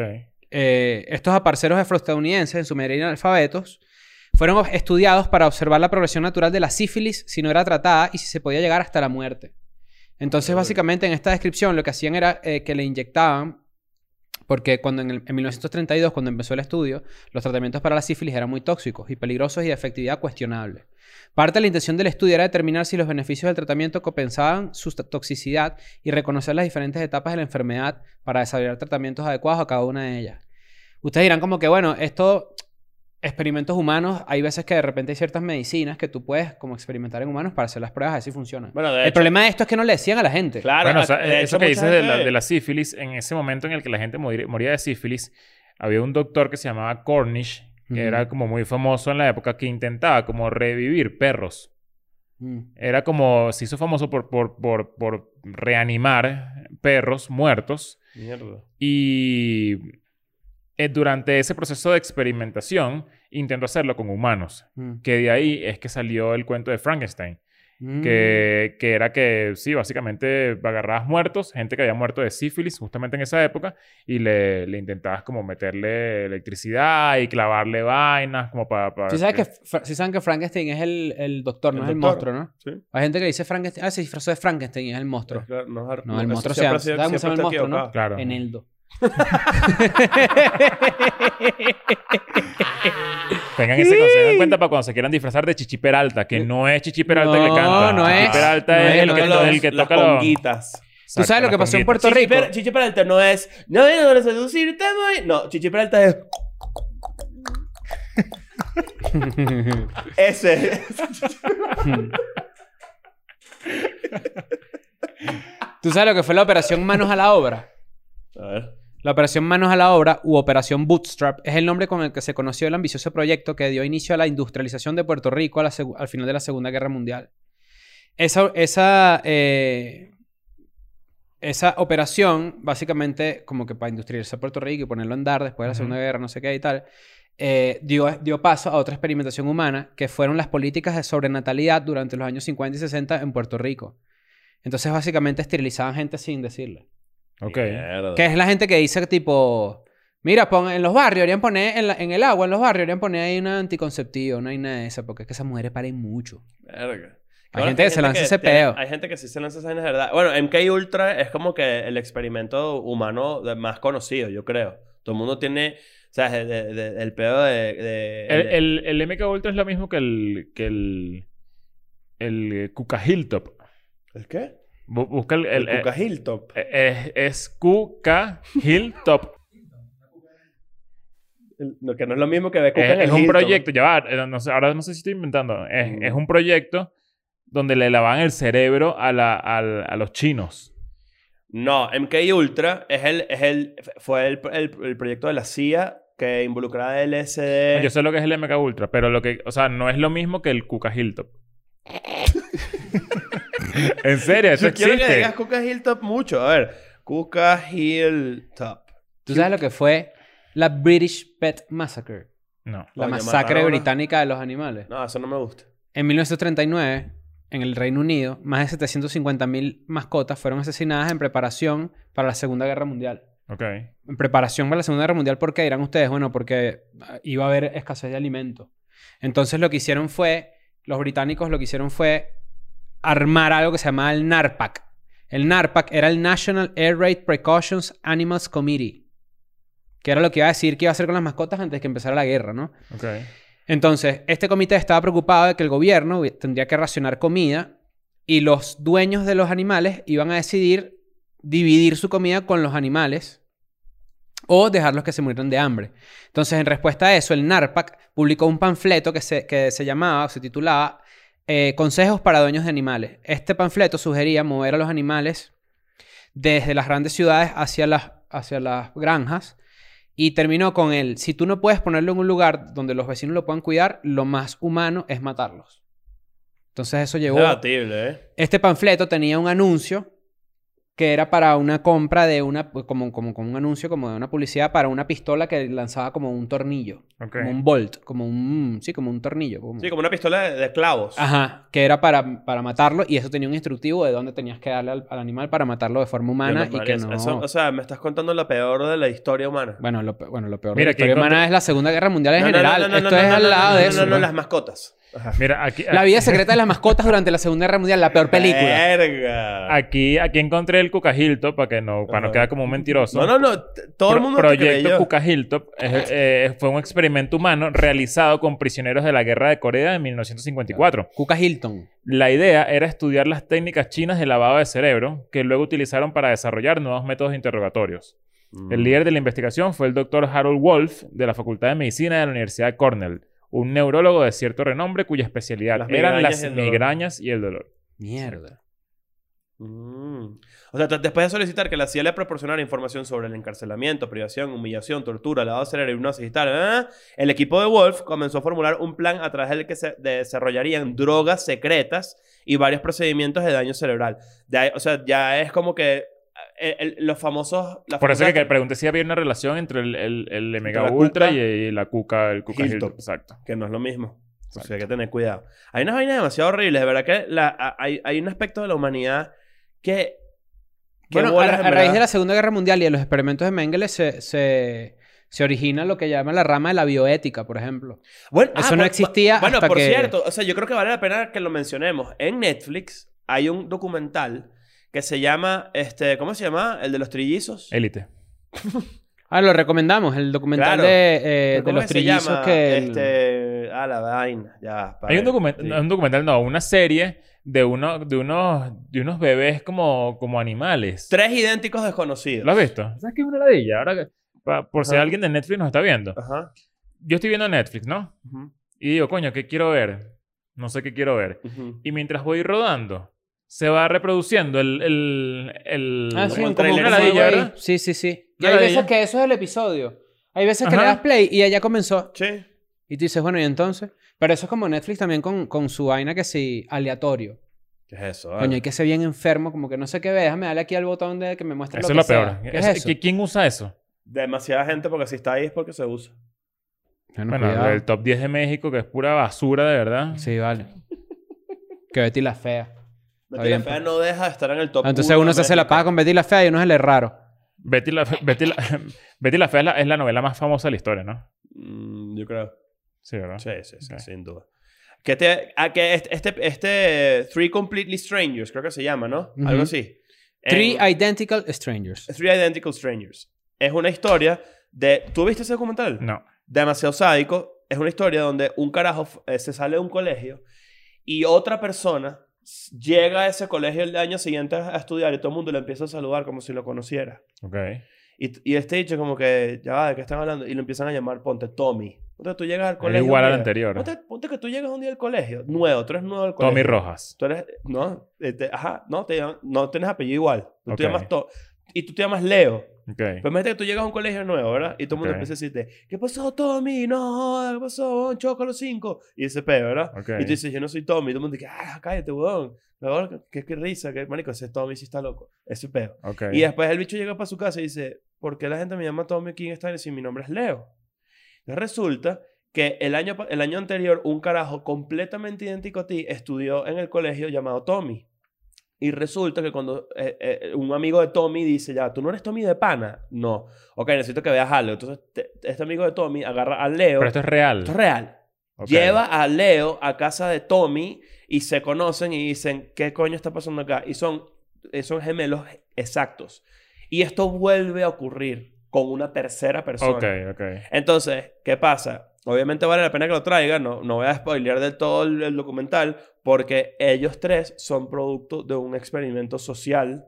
Speaker 4: Eh, estos aparceros afroestadounidenses, en su mayoría analfabetos, fueron ob- estudiados para observar la progresión natural de la sífilis si no era tratada y si se podía llegar hasta la muerte. Entonces,
Speaker 3: Verga.
Speaker 4: básicamente, en esta descripción lo que hacían era eh, que le inyectaban, porque cuando en, el- en 1932, cuando empezó el estudio, los tratamientos para la sífilis eran muy tóxicos y peligrosos y de efectividad cuestionable. Parte de la intención del estudio era determinar si los beneficios del tratamiento compensaban su to- toxicidad y reconocer las diferentes etapas de la enfermedad para desarrollar tratamientos adecuados a cada una de ellas. Ustedes dirán como que, bueno, esto, experimentos humanos, hay veces que de repente hay ciertas medicinas que tú puedes como experimentar en humanos para hacer las pruebas a ver si funcionan.
Speaker 3: Bueno, de
Speaker 4: el
Speaker 3: hecho-
Speaker 4: problema de esto es que no le decían a la gente.
Speaker 3: Claro,
Speaker 2: bueno,
Speaker 3: a-
Speaker 2: o sea, eh,
Speaker 3: de
Speaker 2: eso
Speaker 3: hecho,
Speaker 2: que
Speaker 3: mucha
Speaker 2: dices de la,
Speaker 3: gente-
Speaker 2: de la sífilis, en ese momento en el que la gente morir- moría de sífilis, había un doctor que se llamaba Cornish, que
Speaker 4: Ujú.
Speaker 2: era como muy famoso en la época, que intentaba como revivir perros.
Speaker 4: Mm.
Speaker 2: Era como, se hizo famoso por, por, por, por reanimar perros muertos.
Speaker 3: Mierda.
Speaker 2: Y eh, durante ese proceso de experimentación, intentó hacerlo con humanos.
Speaker 4: Mm.
Speaker 2: Que de ahí es que salió el cuento de Frankenstein.
Speaker 4: Mm.
Speaker 2: que, que era que, sí, básicamente agarrabas muertos, gente que había muerto de sífilis justamente en esa época, y le, le intentabas como meterle electricidad y clavarle vainas, como para...
Speaker 4: Sí saben que, Fra- sí saben que Frankenstein es el, el doctor, no
Speaker 3: El
Speaker 4: es el
Speaker 3: doctor.
Speaker 4: monstruo, ¿no?
Speaker 3: Sí.
Speaker 4: Hay gente que dice Frankenstein. Ah, se disfrazó de Frankenstein y es el monstruo.
Speaker 3: Claro, no, es ar-
Speaker 4: No, el
Speaker 3: eso
Speaker 4: monstruo se
Speaker 3: siempre
Speaker 4: llama-
Speaker 3: ha sido-
Speaker 4: ¿sabes cómo se llama
Speaker 3: siempre
Speaker 4: el
Speaker 3: está
Speaker 4: monstruo, no?
Speaker 2: Claro.
Speaker 3: [laughs]
Speaker 4: Eneldo.
Speaker 2: Tengan ese consejo en cuenta para cuando se quieran disfrazar de Chichi Peralta, que no es Chichi Peralta el que
Speaker 4: No,
Speaker 2: canta.
Speaker 4: no
Speaker 2: Chichi
Speaker 4: es.
Speaker 2: Peralta
Speaker 4: No
Speaker 2: es,
Speaker 4: es,
Speaker 2: el,
Speaker 4: no
Speaker 2: que,
Speaker 4: es.
Speaker 2: to- el que
Speaker 3: las
Speaker 2: toca los...
Speaker 3: conguitas.
Speaker 2: Exacto,
Speaker 4: sabes lo
Speaker 2: las
Speaker 4: que pasó en
Speaker 2: conguitas.
Speaker 4: Puerto
Speaker 3: Chichi,
Speaker 4: Rico.
Speaker 3: Per- Chichi Peralta no es... No, yo no quiero seducirte, muy... No, Chichi Peralta es... Ese.
Speaker 4: ¿Tú sabes lo que fue la operación Manos a la Obra?
Speaker 3: a ver.
Speaker 4: La operación Manos a la Obra u Operación Bootstrap es el nombre con el que se conoció el ambicioso proyecto que dio inicio a la industrialización de Puerto Rico a la segu- al final de la Segunda Guerra Mundial. Esa, esa, eh, esa operación, básicamente, como que para industrializar Puerto Rico y ponerlo a andar después de la
Speaker 2: Ujú.
Speaker 4: Segunda Guerra, no sé qué y tal, eh, dio, dio paso a otra experimentación humana que fueron las políticas de sobrenatalidad durante los años 50 y 60 en Puerto Rico. Entonces, básicamente, esterilizaban gente sin decirle.
Speaker 2: Ok.
Speaker 3: Mierda.
Speaker 4: Que es la gente que dice tipo, mira, pon, en los barrios deberían poner, en, la- en el agua, en los barrios deberían poner ahí una anticonceptiva, una vaina de esa, porque es que esas mujeres paren mucho.
Speaker 3: Verga.
Speaker 4: Hay
Speaker 3: Ahora,
Speaker 4: gente que se lanza ese
Speaker 3: tiene-
Speaker 4: peo.
Speaker 3: Hay gente que sí se lanza esa vaina de verdad. Bueno, MK Ultra es como que el experimento humano de- más conocido, yo creo. Todo el mundo tiene, o sea, de- de- de- el peo de... de-
Speaker 2: El,
Speaker 3: de-
Speaker 2: el, el MK Ultra es lo mismo que el... Que el, el Cuca Hilltop.
Speaker 3: ¿El qué?
Speaker 2: Bu- Busca el... el-
Speaker 3: El, Cuca Hilltop.
Speaker 2: eh, eh, es Cuca Hilltop.
Speaker 3: El- no, que no es lo mismo que ver Cuca
Speaker 2: es,
Speaker 3: en el
Speaker 2: es un
Speaker 3: Hilton.
Speaker 2: proyecto, ya va, eh, no sé, ahora no sé si estoy inventando. Es,
Speaker 3: Mm.
Speaker 2: es un proyecto donde le lavaban el cerebro a, la, al- a los chinos.
Speaker 3: No, MK Ultra es el, es el, fue el, el- el proyecto de la CIA que involucraba el
Speaker 4: Eh.
Speaker 3: LSD.
Speaker 2: Ah, Yo sé lo que es el MK Ultra, pero lo que, o sea, no es lo mismo que el Cuca
Speaker 4: [laughs]
Speaker 2: Hilltop. en serio, eso
Speaker 3: Yo quiero que
Speaker 2: existe.
Speaker 3: digas Cuca Hilltop mucho. A ver, Cuca Hill Top.
Speaker 4: ¿Tú sabes lo que fue la British Pet Massacre?
Speaker 2: No.
Speaker 4: La
Speaker 3: Coño,
Speaker 4: masacre
Speaker 3: mataron a-
Speaker 4: británica de los animales.
Speaker 3: No, eso no me gusta.
Speaker 4: En 1939, en el Reino Unido, más de 750.000 mascotas fueron asesinadas en preparación para la Segunda Guerra Mundial.
Speaker 2: Ok.
Speaker 4: En preparación para la Segunda Guerra Mundial, ¿por qué? Dirán ustedes, bueno, porque ah, iba a haber escasez de alimentos. Entonces lo que hicieron fue, los británicos lo que hicieron fue armar algo que se llamaba el NARPAC. El NARPAC era el National Air Raid Precautions Animals Committee, que era lo que iba a decir que iba a hacer con las mascotas antes de que empezara la guerra, ¿no?
Speaker 2: Ok.
Speaker 4: Entonces, este comité estaba preocupado de que el gobierno hubi- tendría que racionar comida y los dueños de los animales iban a decidir dividir su comida con los animales o dejarlos que se murieran de hambre. Entonces, en respuesta a eso, el NARPAC publicó un panfleto que se, que se llamaba, se titulaba eh, Consejos para Dueños de Animales. Este panfleto sugería mover a los animales desde las grandes ciudades hacia las, hacia las granjas y terminó con el, si tú no puedes ponerlo en un lugar donde los vecinos lo puedan cuidar, lo más humano es matarlos. Entonces eso llevó...
Speaker 3: Debatible, ¿eh?
Speaker 4: Este panfleto tenía un anuncio que era para una compra de una, pues, como, como, como un anuncio, como de una publicidad para una pistola que lanzaba como un tornillo,
Speaker 2: Ok.
Speaker 4: como un bolt, como un, sí, como un tornillo.
Speaker 2: Mm.
Speaker 4: como-
Speaker 3: Sí, como una pistola de, de clavos.
Speaker 4: Ajá, que era para, para matarlo y eso tenía un instructivo de dónde tenías que darle al, al animal para matarlo de forma
Speaker 3: Dios,
Speaker 4: humana
Speaker 3: los
Speaker 4: y que
Speaker 3: mares.
Speaker 4: no...
Speaker 3: Eso- o sea, me estás contando la peor de la historia humana.
Speaker 4: bueno, lo, pe- bueno, lo peor de la
Speaker 2: Mira,
Speaker 4: historia
Speaker 2: que encontré-
Speaker 4: humana es la Segunda Guerra Mundial en
Speaker 3: No, no, no,
Speaker 4: general.
Speaker 3: no, no,
Speaker 4: Esto
Speaker 3: no,
Speaker 4: es
Speaker 3: no,
Speaker 4: al
Speaker 3: no,
Speaker 4: lado
Speaker 3: no,
Speaker 4: de
Speaker 3: no,
Speaker 4: eso. pues.
Speaker 3: No, no,
Speaker 4: ¿no?
Speaker 3: las mascotas.
Speaker 2: Mira, aquí,
Speaker 4: La vida secreta
Speaker 3: [laughs]
Speaker 4: de las mascotas durante la Segunda Guerra Mundial, la peor película.
Speaker 3: Verga.
Speaker 2: aquí, aquí encontré el Cuca Hilltop para que no, para no
Speaker 3: Ajá.
Speaker 2: quedar como un mentiroso.
Speaker 3: No, no, no. t- Todo el
Speaker 2: Pro-
Speaker 3: mundo te
Speaker 2: Proyecto
Speaker 3: creyó.
Speaker 2: Cuca Hilltop es- eh, fue un experimento humano realizado con prisioneros de la Guerra de Corea de 1954.
Speaker 4: Cuca Hilton.
Speaker 2: La idea era estudiar las técnicas chinas de lavado de cerebro que luego utilizaron para desarrollar nuevos métodos de interrogatorios.
Speaker 3: Mm.
Speaker 2: El líder de la investigación fue el doctor Harold Wolf de la Facultad de Medicina de la Universidad de Cornell, un neurólogo de cierto renombre cuya especialidad
Speaker 3: Las
Speaker 2: eran
Speaker 3: migrañas y
Speaker 2: las
Speaker 3: el dolor.
Speaker 2: migrañas y el dolor.
Speaker 4: Mierda.
Speaker 3: Mm. O sea, t- después de solicitar que la CIA le proporcionara información sobre el encarcelamiento, privación, humillación, tortura, lavado de cerebro, hipnosis y tal, ¿eh? el equipo de Wolf comenzó a formular un plan a través del que se desarrollarían drogas secretas y varios procedimientos de daño cerebral. De ahí- o sea, ya es como que eh, el- los famosos... las
Speaker 2: Por eso
Speaker 3: famosas-
Speaker 2: que, que pregunté si había una relación entre el, el, el Mega
Speaker 3: la
Speaker 2: Ultra
Speaker 3: Cuca
Speaker 2: y, y la Cuca, el Cuca
Speaker 3: Hilltop.
Speaker 2: Hilltop. Exacto.
Speaker 3: que no es lo mismo. O
Speaker 2: Exacto.
Speaker 3: sea, hay que tener cuidado. Hay unas vainas demasiado horribles. De verdad que la- a- hay, hay un aspecto de la humanidad que... que
Speaker 4: Bueno, a,
Speaker 3: bolas,
Speaker 4: ra-
Speaker 3: en
Speaker 4: a raíz
Speaker 3: verdad.
Speaker 4: de la Segunda Guerra Mundial y de los experimentos de Mengele se, se, se origina lo que llaman la rama de la bioética, por ejemplo.
Speaker 3: Bueno,
Speaker 4: Eso
Speaker 3: por-
Speaker 4: no existía
Speaker 3: Bueno,
Speaker 4: hasta
Speaker 3: por
Speaker 4: que-
Speaker 3: cierto, o sea, yo creo que vale la pena que lo mencionemos. En Netflix hay un documental que se llama, este, ¿cómo se llama? El de los trillizos.
Speaker 2: Élite.
Speaker 4: Ah, lo recomendamos, el documental
Speaker 3: Claro.
Speaker 4: de, eh,
Speaker 3: ¿Cómo
Speaker 4: de los
Speaker 3: que se
Speaker 4: trillizos
Speaker 3: llama?
Speaker 4: que... el-
Speaker 3: Este, ah, la vaina, ya.
Speaker 2: Hay un, document-
Speaker 3: documental
Speaker 2: no, un documental, no, una serie de, uno, de, unos, de unos bebés como, como animales.
Speaker 3: Tres idénticos desconocidos.
Speaker 2: ¿Lo has visto? ¿Sabes qué es una ladilla? Ahora que- pa- por si
Speaker 3: Ajá.
Speaker 2: alguien de Netflix nos está viendo.
Speaker 3: Ajá.
Speaker 2: Yo estoy viendo Netflix, ¿no?
Speaker 3: Ujú.
Speaker 2: Y digo, coño, ¿qué quiero ver? No sé qué quiero ver.
Speaker 3: Ujú.
Speaker 2: Y mientras voy rodando, se va reproduciendo el... el, el
Speaker 4: Ah, sí,
Speaker 3: Como
Speaker 4: como
Speaker 3: un trailer.
Speaker 4: una
Speaker 2: Una ladilla,
Speaker 4: güey.
Speaker 2: ¿verdad?
Speaker 4: Sí, sí, sí. Y
Speaker 2: Una
Speaker 4: hay
Speaker 2: ladilla.
Speaker 4: veces que eso es el episodio. Hay veces que le
Speaker 2: Ajá.
Speaker 4: das play y allá comenzó.
Speaker 3: Sí.
Speaker 4: Y tú dices, bueno, ¿y entonces? Pero eso es como Netflix también con, con su vaina que sí, aleatorio.
Speaker 3: ¿Qué es eso? ah?
Speaker 4: Coño,
Speaker 3: vale?
Speaker 4: hay que ser bien enfermo, como que no sé qué ve, déjame darle aquí al botón de que me muestre
Speaker 2: Eso
Speaker 4: lo
Speaker 2: es
Speaker 4: que
Speaker 2: lo
Speaker 4: sea.
Speaker 2: peor.
Speaker 4: ¿Qué es
Speaker 2: Eso-
Speaker 4: eso?
Speaker 2: ¿qui- ¿Quién usa eso?
Speaker 3: Demasiada gente porque si está ahí es porque se usa.
Speaker 4: Bueno,
Speaker 2: Bueno,
Speaker 4: cuidado.
Speaker 2: el top 10 de México, que es pura basura, de verdad.
Speaker 4: Sí, [laughs] vale. que Betty la fea.
Speaker 3: Betty
Speaker 4: bien,
Speaker 3: la Fea
Speaker 4: pues.
Speaker 3: no deja de estar en el top.
Speaker 4: Ah, Entonces uno se hace la paga con Betty la fea y uno es el raro.
Speaker 2: Betty la, [laughs] Fe- Betty la, Betty la Fea es la, es la novela más famosa de la historia, ¿no?
Speaker 3: Mm, yo creo.
Speaker 2: Sí, ¿verdad?
Speaker 3: Sí, sí, sí,
Speaker 2: Ok.
Speaker 3: sin duda. Que, te, a que este, este, este Three Completely Strangers, creo que se llama, ¿no?
Speaker 4: Ujú.
Speaker 3: Algo así. En-
Speaker 4: Three Identical Strangers.
Speaker 3: Three Identical Strangers. Es una historia de... ¿Tú viste ese documental?
Speaker 2: No.
Speaker 3: demasiado sádico. Es una historia donde un carajo eh, se sale de un colegio y otra persona s- llega a ese colegio el año siguiente a a estudiar y todo el mundo le empieza a saludar como si lo conociera.
Speaker 2: Ok.
Speaker 3: Y, t- y este dicho como que, ya va, ¿de qué están hablando? Y lo empiezan a llamar, ponte, Tommy. Ponte, tú llegas al colegio.
Speaker 2: Es igual
Speaker 3: un
Speaker 2: al
Speaker 3: día.
Speaker 2: anterior.
Speaker 3: Ponte, ponte que tú llegas un día al colegio, nuevo, tú eres nuevo al colegio.
Speaker 2: Tommy Rojas.
Speaker 3: Tú eres, no, este, ajá, no, te llaman- no tienes apellido igual. Tú
Speaker 2: Ok.
Speaker 3: te llamas To- y tú te llamas Leo.
Speaker 2: Ok.
Speaker 3: Pero imagínate que tú llegas a un colegio nuevo, ¿verdad? Y todo el mundo
Speaker 2: Ok.
Speaker 3: empieza a decirte, ¿qué pasó, Tommy? No, jodas, ¿qué pasó? Choco a los cinco. Y ese pedo, ¿verdad?
Speaker 2: Ok.
Speaker 3: Y tú dices, yo no soy Tommy. Y todo el mundo dice, ah, cállate, weón. Luego, qué, qué risa, qué marico, ese Tommy sí está loco. Ese pedo.
Speaker 2: Ok.
Speaker 3: Y después el bicho llega para su casa y dice, ¿por qué la gente me llama Tommy King Steiner si mi nombre es Leo? Entonces resulta que el año, pa- el año anterior un carajo completamente idéntico a ti estudió en el colegio llamado Tommy. Y resulta que cuando eh, eh, un amigo de Tommy dice, ya, tú no eres Tommy de pana. No. Ok, necesito que veas algo. Entonces te- este amigo de Tommy agarra a Leo.
Speaker 2: Pero este esto es real.
Speaker 3: Esto es real.
Speaker 2: Ok.
Speaker 3: Lleva a Leo a casa de Tommy y se conocen y dicen, ¿qué coño está pasando acá? Y son, eh, son gemelos exactos. Y esto vuelve a ocurrir con una tercera persona.
Speaker 2: Ok, ok.
Speaker 3: Entonces, ¿qué pasa? Obviamente vale la pena que lo traiga, no, no voy a spoilear del todo el, el documental, porque ellos tres son producto de un experimento social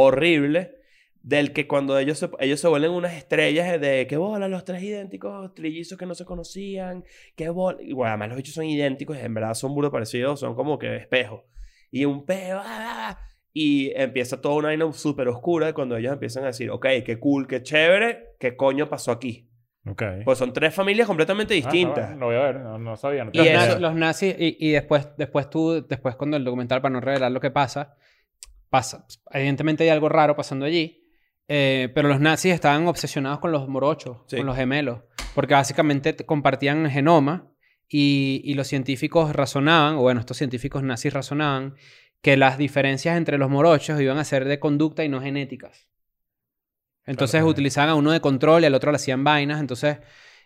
Speaker 3: horrible, del que cuando ellos se, ellos se vuelven unas estrellas de que bola, los tres idénticos, trillizos que no se conocían, que bola. Y bueno, además los bichos son idénticos, en verdad son burro parecidos, son como que espejos. Y un peo, ¡ah! Y empieza toda una vaina súper oscura cuando ellos empiezan a decir, ok, qué cool, qué chévere, qué coño pasó aquí.
Speaker 2: Ok.
Speaker 3: Pues son tres familias completamente
Speaker 2: Ah,
Speaker 3: distintas.
Speaker 2: no, lo voy a ver. No, no sabía. No
Speaker 3: Y
Speaker 4: Los,
Speaker 2: tenía
Speaker 4: nazis,
Speaker 3: eso-
Speaker 2: idea.
Speaker 4: los nazis- y, y después, después tú, después cuando el documental, para no revelar lo que pasa, pasa, evidentemente hay algo raro pasando allí, eh, pero los nazis estaban obsesionados con los morochos,
Speaker 3: Sí.
Speaker 4: con los gemelos, porque básicamente te- compartían el genoma y, y los científicos razonaban, o bueno, estos científicos nazis razonaban, que las diferencias entre los morochos iban a ser de conducta y no genéticas. Entonces
Speaker 2: Claro.
Speaker 4: utilizaban a uno de control y al otro le hacían vainas, entonces...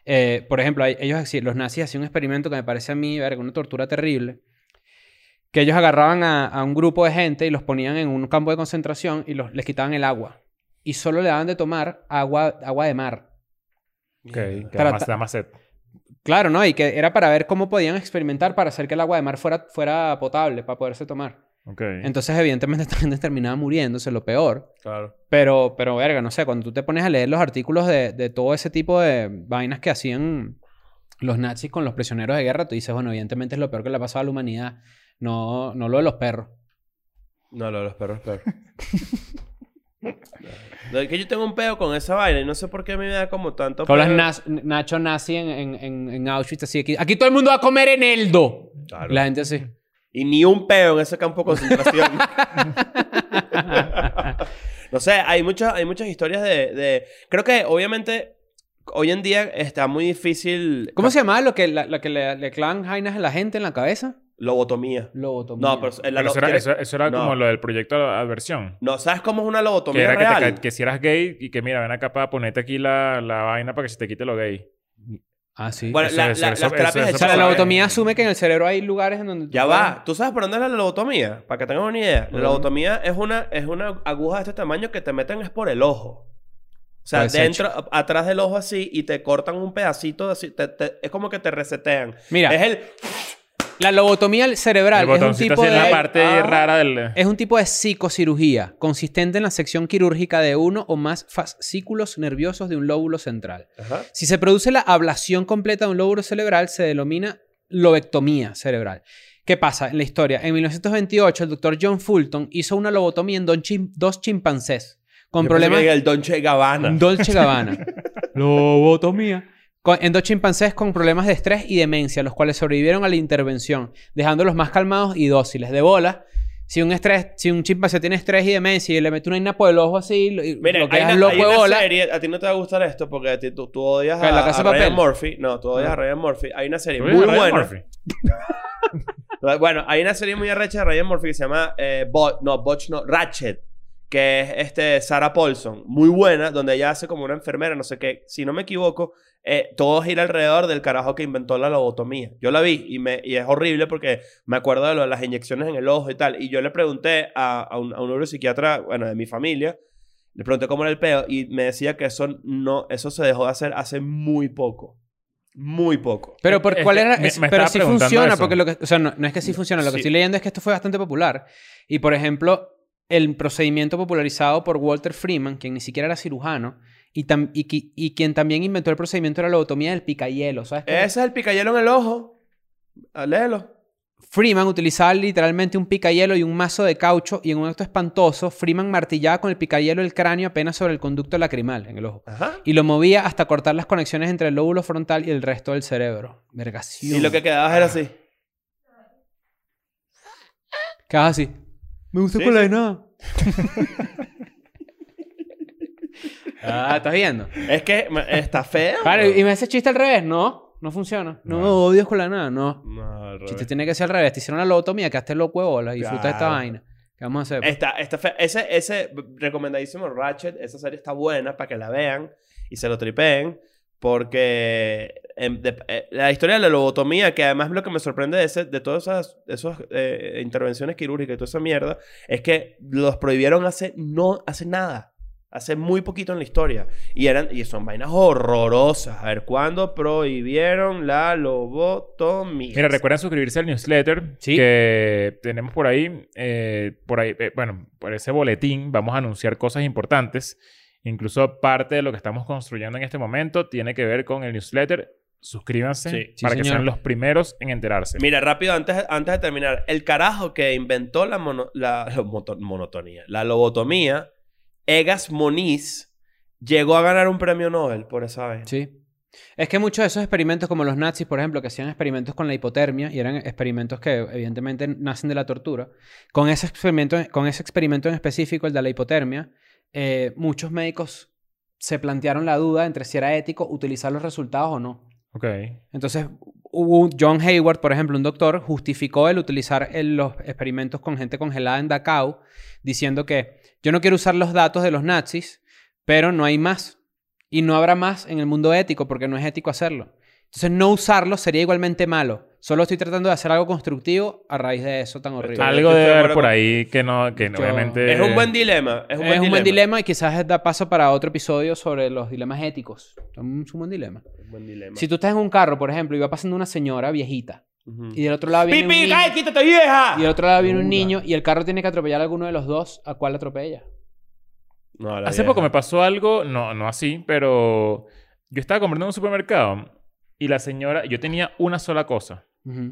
Speaker 4: Eh, por ejemplo, hay- ellos, hacían- los nazis hacían un experimento que me parece a mí, verga, una tortura terrible. Que ellos agarraban a, a un grupo de gente y los ponían en un campo de concentración y los, les quitaban el agua. Y solo le daban de tomar agua, agua de mar.
Speaker 2: Ok. que da
Speaker 4: Trata-
Speaker 2: más- Da más set.
Speaker 4: Claro, ¿no? Y que era para ver cómo podían experimentar para hacer que el agua de mar fuera, fuera potable, para poderse tomar.
Speaker 2: Ok.
Speaker 4: Entonces, evidentemente, [laughs] esta gente terminaba muriéndose, lo peor.
Speaker 3: Claro.
Speaker 4: Pero, pero, verga, no sé, cuando tú te pones a leer los artículos de, de todo ese tipo de vainas que hacían los nazis con los prisioneros de guerra, tú dices, bueno, evidentemente es lo peor que le ha pasado a la humanidad. No, no lo de los perros.
Speaker 3: No, lo de los perros,
Speaker 4: [laughs]
Speaker 3: perros. No, es que yo tengo un peo con esa vaina y no sé por qué a mí me da como tanto.
Speaker 4: Con los
Speaker 3: peo.
Speaker 4: naz- Nacho nazi en, en, en, en Auschwitz, así aquí. Aquí todo el mundo va a comer eneldo.
Speaker 3: Claro.
Speaker 4: La gente así.
Speaker 3: Y ni un peo en ese campo
Speaker 4: [laughs]
Speaker 3: de concentración. no sé, hay, muchas hay muchas historias de, de- Creo que obviamente hoy en día está muy difícil.
Speaker 4: ¿Cómo se llamaba lo que, la, la que le, le clavan jainas a la gente en la cabeza?
Speaker 3: Lobotomía.
Speaker 4: Lobotomía.
Speaker 3: No, pero. eh,
Speaker 2: Pero
Speaker 3: la lo-
Speaker 2: eso, era,
Speaker 3: ¿quieres-
Speaker 2: eso- eso era
Speaker 3: No.
Speaker 2: como lo del proyecto Adversión.
Speaker 3: No, ¿sabes cómo es una
Speaker 2: Que
Speaker 3: lobotomía
Speaker 2: era que, te
Speaker 3: real?
Speaker 2: ca- que si eras gay y que mira, ven acá para ponerte aquí la, la vaina para que se te quite lo gay.
Speaker 4: Ah, sí.
Speaker 3: Bueno,
Speaker 2: Eso,
Speaker 3: la-
Speaker 2: eso,
Speaker 3: la-
Speaker 2: eso,
Speaker 3: las
Speaker 2: eso,
Speaker 3: terapias
Speaker 4: o
Speaker 2: eso
Speaker 3: de
Speaker 4: sea, la
Speaker 3: choque-
Speaker 2: pasaba en-
Speaker 4: lobotomía asume que en el cerebro hay lugares en donde... tú
Speaker 3: Ya
Speaker 4: puedes-
Speaker 3: va. ¿Tú sabes por dónde es la lobotomía? Para que tengan una idea. La
Speaker 4: Ujú.
Speaker 3: lobotomía es una, es una aguja de este tamaño que te meten es por el ojo. O sea,
Speaker 4: Puede ser,
Speaker 3: dentro, a- atrás del ojo así y te cortan un pedacito de así. te- te- es como que te resetean.
Speaker 4: Mira,
Speaker 3: Es el...
Speaker 4: la lobotomía cerebral
Speaker 2: El
Speaker 4: es un
Speaker 2: botoncito
Speaker 4: tipo
Speaker 2: así
Speaker 4: de...
Speaker 2: en la parte
Speaker 3: Ah.
Speaker 2: rara del...
Speaker 4: Es un tipo de psicocirugía, consistente en la sección quirúrgica de uno o más fascículos nerviosos de un lóbulo central.
Speaker 3: Ajá.
Speaker 4: Si se produce la ablación completa de un lóbulo cerebral, se denomina lobectomía cerebral. ¿Qué pasa en la historia? En 1928, el doctor John Fulton hizo una lobotomía en don chim- dos chimpancés con
Speaker 3: Yo
Speaker 4: problemas
Speaker 3: pensé que era El Dolce Gabbana.
Speaker 4: Dolce Gabbana. Lobotomía. Con- en dos chimpancés con problemas de estrés y demencia, los cuales sobrevivieron a la intervención, dejándolos más calmados y dóciles. De bola, si un, estrés, si un chimpancé tiene estrés y demencia y le mete una inapo del ojo así, lo, y
Speaker 3: Mira,
Speaker 4: lo
Speaker 3: hay
Speaker 4: que
Speaker 3: una,
Speaker 4: es loco
Speaker 3: hay
Speaker 4: de
Speaker 3: una
Speaker 4: bola.
Speaker 3: serie... A ti no te va a gustar esto porque a ti- tú, tú odias
Speaker 4: ¿Qué,
Speaker 3: a,
Speaker 4: La Casa
Speaker 3: a
Speaker 4: de
Speaker 3: Ryan
Speaker 4: Papel?
Speaker 3: Murphy. No, tú odias
Speaker 4: Ah.
Speaker 3: a Ryan Murphy. Hay una serie
Speaker 2: ¿Tú
Speaker 3: muy
Speaker 2: ves a Ryan
Speaker 3: buena.
Speaker 2: Murphy?
Speaker 3: Bueno, hay una serie muy arrecha de Ryan Murphy que se llama eh, Bo- no, Botch, no, Ratchet, que es este, Sarah Paulson, muy buena, donde ella hace como una enfermera, no sé qué. Si no me equivoco, eh, todo gira alrededor del carajo que inventó la lobotomía. Yo la vi y, me, y es horrible porque me acuerdo de lo de las inyecciones en el ojo y tal. Y yo le pregunté a, a un, a un neuropsiquiatra, bueno, de mi familia, le pregunté cómo era el peo y me decía que eso, no, eso se dejó de hacer hace muy poco. Muy poco.
Speaker 4: Pero por
Speaker 2: Es
Speaker 4: cuál
Speaker 2: que
Speaker 4: era.
Speaker 2: me-
Speaker 4: es-
Speaker 2: me
Speaker 4: pero
Speaker 2: estaba
Speaker 4: sí
Speaker 2: preguntando
Speaker 4: funciona,
Speaker 2: eso.
Speaker 4: porque lo que. O sea, no, no es que sí funciona. Lo que
Speaker 3: Sí.
Speaker 4: estoy leyendo es que esto fue bastante popular. Y por ejemplo, el procedimiento popularizado por Walter Freeman, quien ni siquiera era cirujano, y, tam- y, qui- y quien también inventó el procedimiento de la lobotomía del picayelo, ¿sabes? qué?
Speaker 3: Ese es el picayelo en el ojo. Ah, Léelo.
Speaker 4: Freeman utilizaba literalmente un picayelo y un mazo de caucho y en un acto espantoso, Freeman martillaba con el picayelo el cráneo apenas sobre el conducto lacrimal en el ojo.
Speaker 3: Ajá.
Speaker 4: Y lo movía hasta cortar las conexiones entre el lóbulo frontal y el resto del cerebro. Vergación.
Speaker 3: Y lo que quedaba era así.
Speaker 4: Quedabas así. Me gusta
Speaker 3: Sí,
Speaker 4: con la
Speaker 3: sí.
Speaker 4: de nada. [laughs] ah, ¿estás viendo?
Speaker 3: Es que ma- está feo.
Speaker 4: Claro, y me hace chiste al revés. No, no funciona. No,
Speaker 2: No.
Speaker 4: odios con la de nada. No.
Speaker 3: No, al
Speaker 4: Chiste
Speaker 3: revés.
Speaker 4: tiene que ser al revés. Te hicieron la lobotomía, quedaste loco de bola. Disfruta de esta
Speaker 3: Claro.
Speaker 4: vaina. ¿Qué vamos a hacer? pues?
Speaker 3: Está, está feo. Ese, ese b- recomendadísimo Ratchet, esa serie está buena para que la vean y se lo tripeen. Porque em, de- eh, la historia de la lobotomía, que además lo que me sorprende de, ese, de todas esas, esas eh, intervenciones quirúrgicas y toda esa mierda, es que los prohibieron hace, no, hace nada. Hace muy poquito en la historia. Y, eran, y son vainas horrorosas. A ver, ¿cuándo prohibieron la lobotomía?
Speaker 2: Mira, recuerden suscribirse al newsletter
Speaker 4: Sí.
Speaker 2: que tenemos por ahí. eh, por ahí, eh, bueno, por ese boletín vamos a anunciar cosas importantes. Incluso parte de lo que estamos construyendo en este momento tiene que ver con el newsletter. Suscríbanse
Speaker 3: Sí.
Speaker 2: para
Speaker 4: Sí,
Speaker 2: que
Speaker 4: señor.
Speaker 2: sean los primeros en enterarse.
Speaker 3: Mira, rápido, antes, antes de terminar. El carajo que inventó la, mono- la, la moto- monotonía, la lobotomía, Egas Moniz, llegó a ganar un premio Nobel por esa vez.
Speaker 4: Sí. Es que muchos de esos experimentos, como los nazis, por ejemplo, que hacían experimentos con la hipotermia, y eran experimentos que evidentemente nacen de la tortura, con ese experimento, con ese experimento en específico, el de la hipotermia, eh, muchos médicos se plantearon la duda entre si era ético utilizar los resultados o no.
Speaker 2: Ok.
Speaker 4: Entonces, hubo un- John Hayward, por ejemplo, un doctor, justificó el utilizar el- los experimentos con gente congelada en Dachau, diciendo que yo no quiero usar los datos de los nazis, pero no hay más. Y no habrá más en el mundo ético, porque no es ético hacerlo. Entonces, no usarlo sería igualmente malo. Solo estoy tratando de hacer algo constructivo a raíz de eso tan horrible.
Speaker 3: Estoy-
Speaker 2: Algo
Speaker 3: estoy de
Speaker 2: debe haber
Speaker 3: acuerdo
Speaker 2: por
Speaker 3: con-
Speaker 2: ahí que no, que
Speaker 4: Yo-
Speaker 2: obviamente.
Speaker 3: Es un buen dilema. Es
Speaker 4: Es
Speaker 3: un buen dilema.
Speaker 4: y quizás da paso para otro episodio sobre los dilemas éticos. Es un buen dilema.
Speaker 3: Es un buen dilema.
Speaker 4: Si tú estás en un carro, por ejemplo, y va pasando una señora viejita,
Speaker 3: Ujú.
Speaker 4: y del otro lado viene un
Speaker 3: ¡Pipi,
Speaker 4: niño-
Speaker 3: cae, quítate, vieja!
Speaker 4: Y del otro lado viene un
Speaker 2: Dura.
Speaker 4: niño y el carro tiene que atropellar a alguno de los dos. ¿A cuál atropella?
Speaker 3: No, la
Speaker 2: Hace
Speaker 3: vieja.
Speaker 2: poco me pasó algo, no, no así, pero yo estaba comprando en un supermercado y la señora, yo tenía una sola cosa.
Speaker 4: [laughs]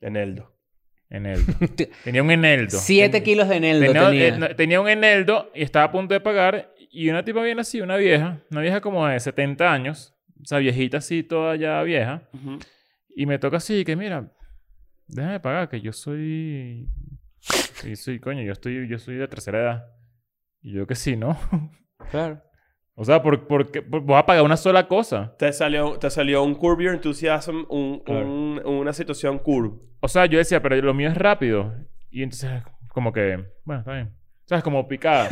Speaker 3: Eneldo. [laughs]
Speaker 2: Eneldo. tenía un eneldo.
Speaker 4: Siete
Speaker 2: Ten-
Speaker 4: kilos de Neldo
Speaker 2: Tenía,
Speaker 4: tenía.
Speaker 2: eh, no, tenía un eneldo y estaba a punto de pagar. Y una tipa viene así, una vieja, una vieja como de 70 años, o sea, viejita así, toda ya vieja.
Speaker 3: Ujú.
Speaker 2: Y me toca así, que mira, déjame pagar, que yo soy. Yo soy, coño, yo, estoy, yo soy de tercera edad. Y yo que sí, ¿no? [laughs]
Speaker 4: Claro.
Speaker 2: O sea, ¿por, por qué- por- voy a pagar una sola cosa?
Speaker 3: Te salió, te salió un Curb Your Enthusiasm, un-
Speaker 2: Claro.
Speaker 3: un- una situación curb.
Speaker 2: O sea, yo decía, pero lo mío es rápido. Y entonces, como que, bueno, está bien. O sea, es como picada.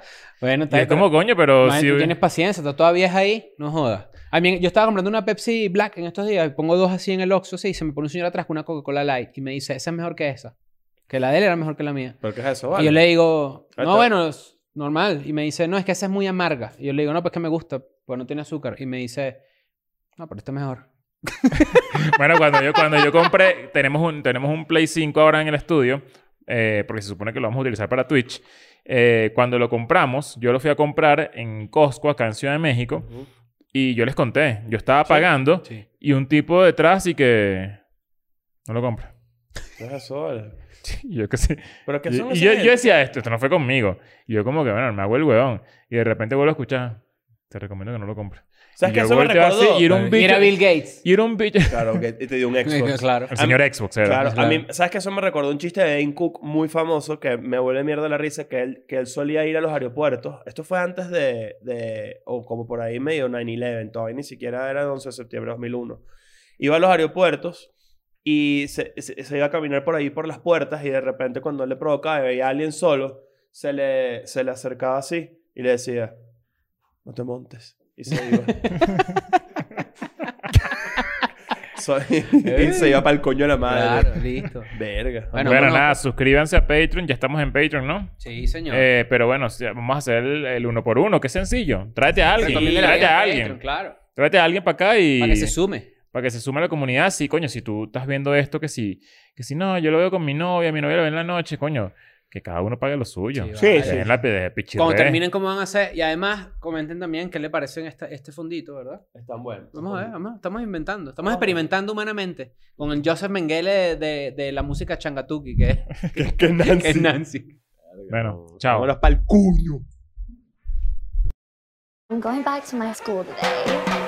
Speaker 4: [laughs] Bueno,
Speaker 2: Y
Speaker 4: está
Speaker 2: es
Speaker 4: bien,
Speaker 2: como,
Speaker 4: pero-
Speaker 2: coño, pero
Speaker 4: Madre,
Speaker 2: si...
Speaker 4: tú tienes paciencia, está toda vieja ahí, no jodas. A mí, yo estaba comprando una Pepsi Black en estos días, y pongo dos así en el Oxxo así, y se me pone un señor atrás con una Coca-Cola Light y me dice, esa es mejor que esa. Que la de él era mejor que la mía.
Speaker 3: ¿Pero qué es
Speaker 2: Oh,
Speaker 3: eso,
Speaker 4: Y yo
Speaker 3: vale?
Speaker 4: le digo,
Speaker 3: Ahí
Speaker 4: no,
Speaker 3: está.
Speaker 4: bueno, es normal. Y me dice, no, es que esa es muy amarga. Y yo le digo, no, pues que me gusta, pues no tiene azúcar. Y me dice, no, pero esta es mejor.
Speaker 2: Bueno, cuando yo, cuando yo compré, tenemos un, tenemos un Play 5 ahora en el estudio, eh, porque se supone que lo vamos a utilizar para Twitch. Eh, cuando lo compramos, yo lo fui a comprar en Costco, acá en Ciudad de México,
Speaker 3: Ujú.
Speaker 2: y yo les conté, yo estaba pagando
Speaker 4: Sí.
Speaker 2: y un tipo detrás y que no lo compra. [laughs]
Speaker 3: ¿Qué es eso, vale?
Speaker 2: Y yo que sí.
Speaker 3: ¿Pero qué
Speaker 2: Y,
Speaker 3: son
Speaker 2: y
Speaker 3: esas
Speaker 2: yo,
Speaker 3: gente?
Speaker 2: yo decía esto, esto no fue conmigo. Y yo como que, bueno, me hago el huevón. Y de repente vuelvo a escuchar, te recomiendo que no lo compres.
Speaker 3: ¿Sabes
Speaker 2: Y
Speaker 3: qué?
Speaker 2: yo
Speaker 3: Eso me
Speaker 2: volteo así
Speaker 3: recordó.
Speaker 2: y era un bicho.
Speaker 4: Y era Bill Gates.
Speaker 2: y era un bicho.
Speaker 3: Claro, que
Speaker 2: [laughs]
Speaker 3: te dio un [laughs] Xbox.
Speaker 4: Claro.
Speaker 2: El señor Xbox era.
Speaker 3: Claro, a
Speaker 4: Claro.
Speaker 3: mí, ¿sabes que Eso me recordó un chiste de Dane Cook muy famoso que me vuelve mierda la risa, que él, que él solía ir a los aeropuertos. Esto fue antes de, de- o como por ahí medio 9-11, todavía ni siquiera era el 11 de septiembre de 2001. Iba a los aeropuertos y se, se- se iba a caminar por ahí por las puertas y de repente cuando él le provocaba y veía a alguien solo, se le, se le acercaba así y le decía, no te montes. Y se iba. [laughs] So- y se iba para el coño de la Ah, madre.
Speaker 4: Claro, listo.
Speaker 3: Verga.
Speaker 4: Bueno,
Speaker 2: Bueno,
Speaker 4: bueno.
Speaker 2: nada, suscríbanse a Patreon. Ya estamos en Patreon, ¿no?
Speaker 4: Sí, señor.
Speaker 2: Eh, pero bueno, si- vamos a hacer el, el uno por uno, que es sencillo. Tráete a alguien,
Speaker 4: Recomienda la
Speaker 2: tráete
Speaker 4: vida
Speaker 2: a
Speaker 4: en
Speaker 2: alguien.
Speaker 4: Patreon, claro.
Speaker 2: Tráete a alguien para acá y
Speaker 4: Para que se sume.
Speaker 2: para que se sume a la comunidad. Sí, coño, si tú estás viendo esto, que si, que si no, yo lo veo con mi novia, mi novia lo ve en la noche, coño. Que que cada uno pague lo suyo.
Speaker 4: Sí,
Speaker 3: Sí, sí.
Speaker 2: Dejen la de
Speaker 4: Cuando
Speaker 2: pichirre.
Speaker 4: terminen cómo van a hacer. Y además, comenten también qué le pareció en esta- este fondito, ¿verdad?
Speaker 3: Están buenos.
Speaker 4: Vamos a ver, vamos, estamos inventando, estamos
Speaker 3: Vamos.
Speaker 4: experimentando humanamente con el Joseph Mengele de, de- de la música changatuki,
Speaker 2: [laughs]
Speaker 4: que es,
Speaker 3: [laughs] Que, que Nancy.
Speaker 4: que es Nancy.
Speaker 2: Bueno, chao.
Speaker 3: Vámonos pa'l cuño.
Speaker 1: I'm going back to my school today.